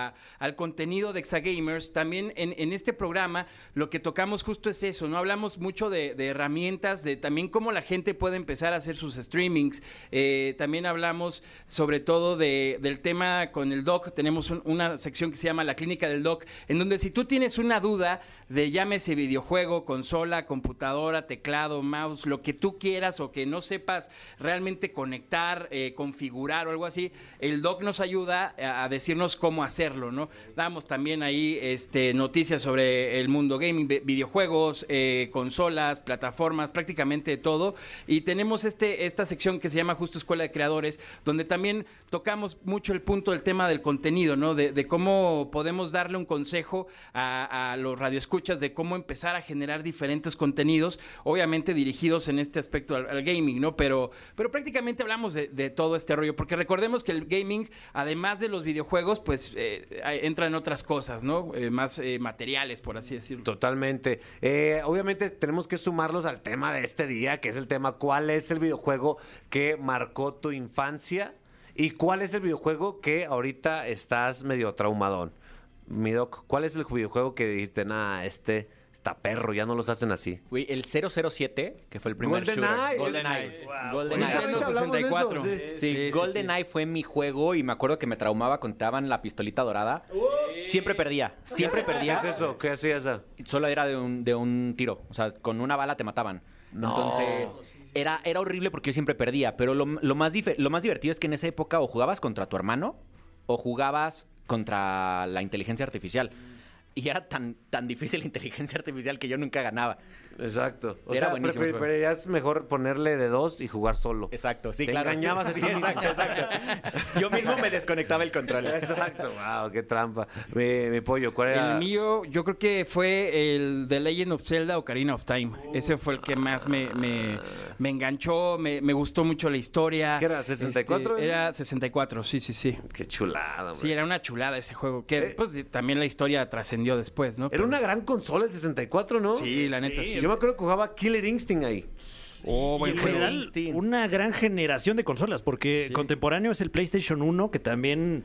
a- al contenido de Exagamers, también en, en este programa lo que tocamos justo es eso, ¿no? Hablamos mucho de, de herramientas, de también cómo la gente puede empezar a hacer sus streamings. Eh, también hablamos sobre todo de- del tema con el doc. Tenemos un- una sección que se llama la clínica del doc, en donde si tú tienes una duda de llámese videojuego, consola, computadora, teclado, mouse, lo que tú quieras o que no sepas realmente conectar, eh, configurar o algo así, el doc nos ayuda a, a decirnos cómo hacerlo, ¿no? Damos también ahí este, noticias sobre el mundo gaming, vi- videojuegos, eh, consolas, plataformas, prácticamente de todo. Y tenemos este, esta sección que se llama Justo Escuela de Creadores, donde también tocamos mucho el punto del tema del contenido, ¿no? De, de cómo podemos darle un consejo a, a los radioescuchas de cómo empezar a generar diferentes contenidos, obviamente dirigidos en este aspecto al, al gaming, ¿no? Pero, pero prácticamente hablamos de, de todo este rollo, porque recordemos que el gaming, además de los videojuegos, pues eh, hay- entran otras cosas, ¿no? Eh, más eh, materiales, por así decirlo. Totalmente. Eh, obviamente tenemos que sumarlos al tema de este día, que es el tema cuál es el videojuego que marcó tu infancia ¿Y cuál es el videojuego que ahorita estás medio traumadón? Mi doc, ¿cuál es el videojuego que dijiste, nada, este está perro, ya no los hacen así? Güey, el 007, que fue el primer shooter. GoldenEye. GoldenEye. Wow. GoldenEye. Ahorita hablamos de eso, 64. Sí, Sí, sí, sí, sí. GoldenEye fue mi juego y me acuerdo que me traumaba cuando daban la pistolita dorada. Siempre perdía, siempre perdía. ¿Qué es eso? ¿Qué hacías? ah? Solo era de un, de un tiro, o sea, con una bala te mataban. No. Entonces, era, era horrible porque yo siempre perdía, pero lo, lo más dife- lo más divertido es que en esa época o jugabas contra tu hermano o jugabas contra la inteligencia artificial. Y era tan, tan difícil la inteligencia artificial que yo nunca ganaba. Exacto. O Era sea, buenísimo prefer- ese juego. preferías mejor ponerle de dos y jugar solo. Exacto, sí, Te claro. engañabas a ti Sí, mismo. exacto, exacto. Yo mismo me desconectaba el control. Exacto, wow, qué trampa. Mi, mi pollo, ¿cuál era? El mío, yo creo que fue el The Legend of Zelda Ocarina of Time. Ese fue el que más me, me, me enganchó, me, me gustó mucho la historia. ¿Qué era, 64? Este, era 64, sí, sí, sí. Qué chulada, hombre. Sí, era una chulada ese juego, que pues también la historia trascendió después, ¿no? Era una gran consola el 64, ¿no? Sí, la neta, sí. Yo me acuerdo que jugaba Killer Instinct ahí. Oh, Y buen en juego. general, una gran generación de consolas, porque contemporáneo es el PlayStation 1, que también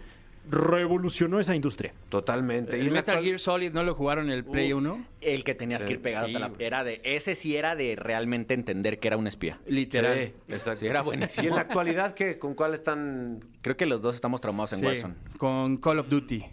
revolucionó esa industria. Totalmente. El me Eh, Metal acuerdo- Gear Solid no lo jugaron en el Play Uf. 1. El que tenías Sí, que ir pegado sí, a la... güey. Era de... Ese sí era de realmente entender que era un espía. Literal. Sí, exacto. Sí, era ¿Y en buenísimo. la actualidad qué? ¿Con cuál están? Creo que los dos estamos traumados en Sí, Warzone. con Call of Duty.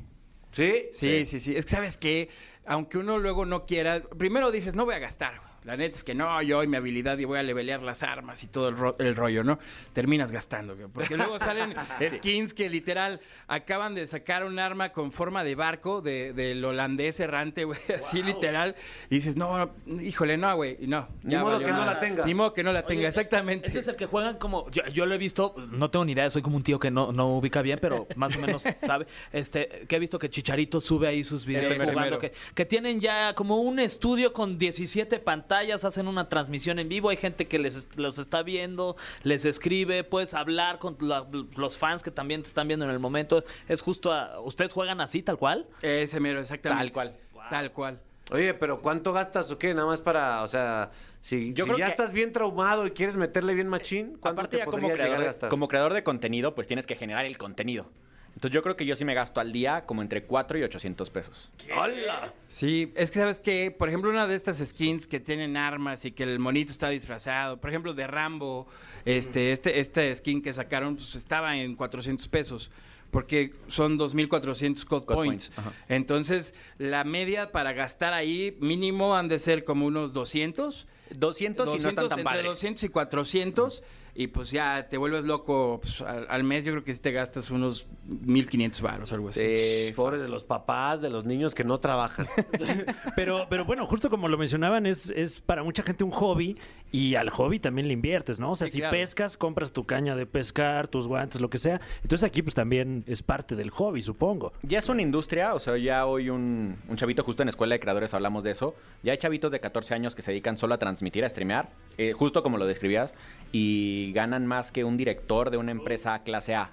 ¿Sí? Sí, sí, sí. Es que sabes que, aunque uno luego no quiera, primero dices, no voy a gastar. güey. La neta es que no, yo y mi habilidad y voy a levelear las armas y todo el, ro- el rollo, ¿no? Terminas gastando, güey, porque luego salen skins que literal acaban de sacar un arma con forma de barco de- del holandés errante, güey, así literal. Y dices, no, híjole, no, güey, y no. Ni ya modo valió que no madre. la tenga. Ni modo que no la tenga, exactamente. Ese es el que juegan como. Yo, yo lo he visto, no tengo ni idea, soy como un tío que no, no ubica bien, pero más o menos sabe. Este, que he visto que Chicharito sube ahí sus videos Ese mero, jugando, mero. que, que tienen ya como un estudio con 17 pantallas, hacen una transmisión en vivo, hay gente que les est- los está viendo, les escribe, puedes hablar con la- los fans que también te están viendo en el momento. Es justo a- ¿Ustedes juegan así, tal cual? Ese mero, exactamente. Tal cual. Tal cual. Oye, pero ¿cuánto gastas o qué? Nada más para, o sea, si, Yo si creo ya que- estás bien traumado y quieres meterle bien machín, ¿cuánto Aparte te ya como podrías llegar creador, a de, gastar? como creador de contenido, pues tienes que generar el contenido. Entonces yo creo que yo sí me gasto al día como entre 4 y 800 pesos. ¡Hola! Sí, es que sabes que, por ejemplo, una de estas skins que tienen armas y que el monito está disfrazado, por ejemplo, de Rambo, este, este, este skin que sacaron, pues estaba en 400 pesos. Porque son 2.400 code, Code points. points, ajá. Entonces, la media para gastar ahí mínimo han de ser como unos 200. 200, y no están tan entre padres. 200 y 400. Y pues ya te vuelves loco pues, al, al mes. Yo creo que sí te gastas unos 1.500 baros, algo así. Shh, pobres de los papás, de los niños que no trabajan. Pero, pero bueno, justo como lo mencionaban, es, es para mucha gente un hobby y al hobby también le inviertes, ¿no? O sea, Sí, si claro. pescas, compras tu caña de pescar, tus guantes, lo que sea. Entonces aquí pues también es parte del hobby, supongo. Ya es una industria, o sea, ya hoy un, un chavito justo en Escuela de Creadores hablamos de eso. Ya hay chavitos de 14 años que se dedican solo a transmitir, a streamear, eh, justo como lo describías, y ganan más que un director de una empresa clase A.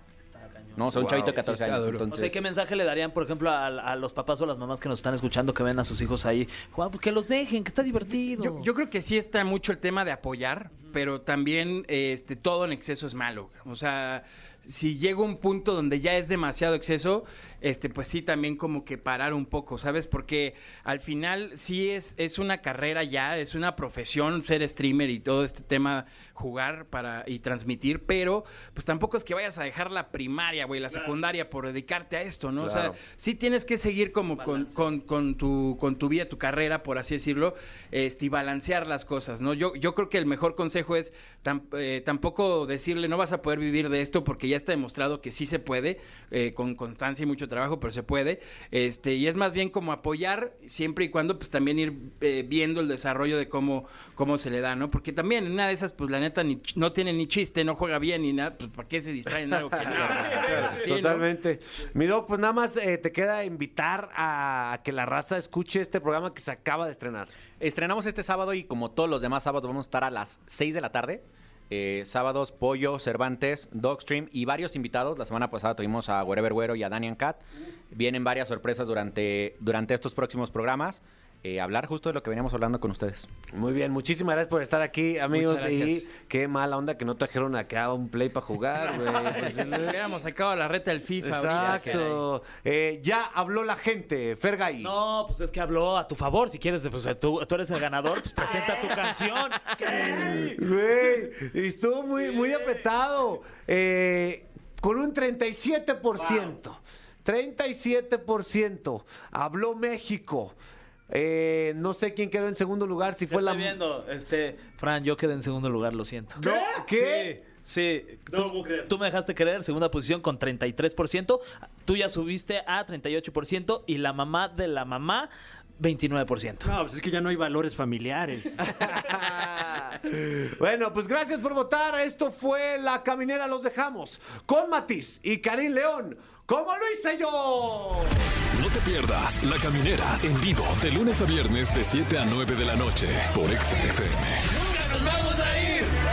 No, o sea, un Wow, chavito de sí 14 está años. duro. entonces- O sea, ¿qué mensaje le darían, por ejemplo, a, a los papás o a las mamás que nos están escuchando, que ven a sus hijos ahí? Juan, pues que los dejen, que está divertido. Yo, yo creo que sí está mucho el tema de apoyar, pero también este, todo en exceso es malo. O sea, si llega un punto donde ya es demasiado exceso, este, pues sí también como que parar un poco, ¿sabes? Porque al final sí es, es una carrera ya, es una profesión ser streamer y todo este tema jugar para y transmitir, pero pues tampoco es que vayas a dejar la primaria, güey, la secundaria por dedicarte a esto, ¿no? O Claro. sea, sí tienes que seguir como con, con- con tu, con tu vida, tu carrera, por así decirlo, este, y balancear las cosas, ¿no? Yo, yo creo que el mejor consejo es tam- eh, tampoco decirle no vas a poder vivir de esto porque ya está demostrado que sí se puede, eh, con constancia y mucho trabajo, pero se puede. Este, y es más bien como apoyar siempre y cuando pues también ir eh, viendo el desarrollo de cómo, cómo se le da, ¿no? Porque también en una de esas pues la neta ni ch- no tiene ni chiste, no juega bien ni nada, pues ¿para qué se distraen en algo que no? Sí, ¿no? Totalmente. Mi doc, pues nada más eh, te queda invitar a que la raza escuche este programa que se acaba de estrenar. Estrenamos este sábado y como todos los demás sábados vamos a estar a las 6 de la tarde. Eh, sábados, Pollo, Cervantes, Dogstream y varios invitados. La semana pasada tuvimos a Wherever Güero y a Danian Cat. Vienen varias sorpresas durante, durante estos próximos programas. eh, hablar justo de lo que veníamos hablando con ustedes. Muy bien, muchísimas gracias por estar aquí, amigos. Muchas Y gracias. qué mala onda que no trajeron acá un play para jugar, güey. Pues, Hubiéramos sacado la reta del FIFA ahorita, Exacto. Eh, ya habló la gente, Fergay. No, pues es que habló a tu favor. Si quieres, pues tú, tú eres el ganador, pues presenta tu canción. Güey, estuvo muy, muy apretado. Eh, con un 37%. 37%. Habló México. Eh, no sé quién quedó en segundo lugar, si Yo fue la... estoy viendo, este, Fran, yo quedé en segundo lugar, lo siento. ¿No? ¿Qué? Sí, sí. tú, tú me dejaste creer, segunda posición con 33%, tú ya subiste a 38% y la mamá de la mamá 29%. No, pues es que ya no hay valores familiares. Bueno, pues gracias por votar. Esto fue La Caminera. Los dejamos con Matiz y Karim León. Como lo hice yo. No te pierdas La Caminera en vivo de lunes a viernes de 7 a 9 de la noche por Exa FM. ¡Nunca nos vamos a ir!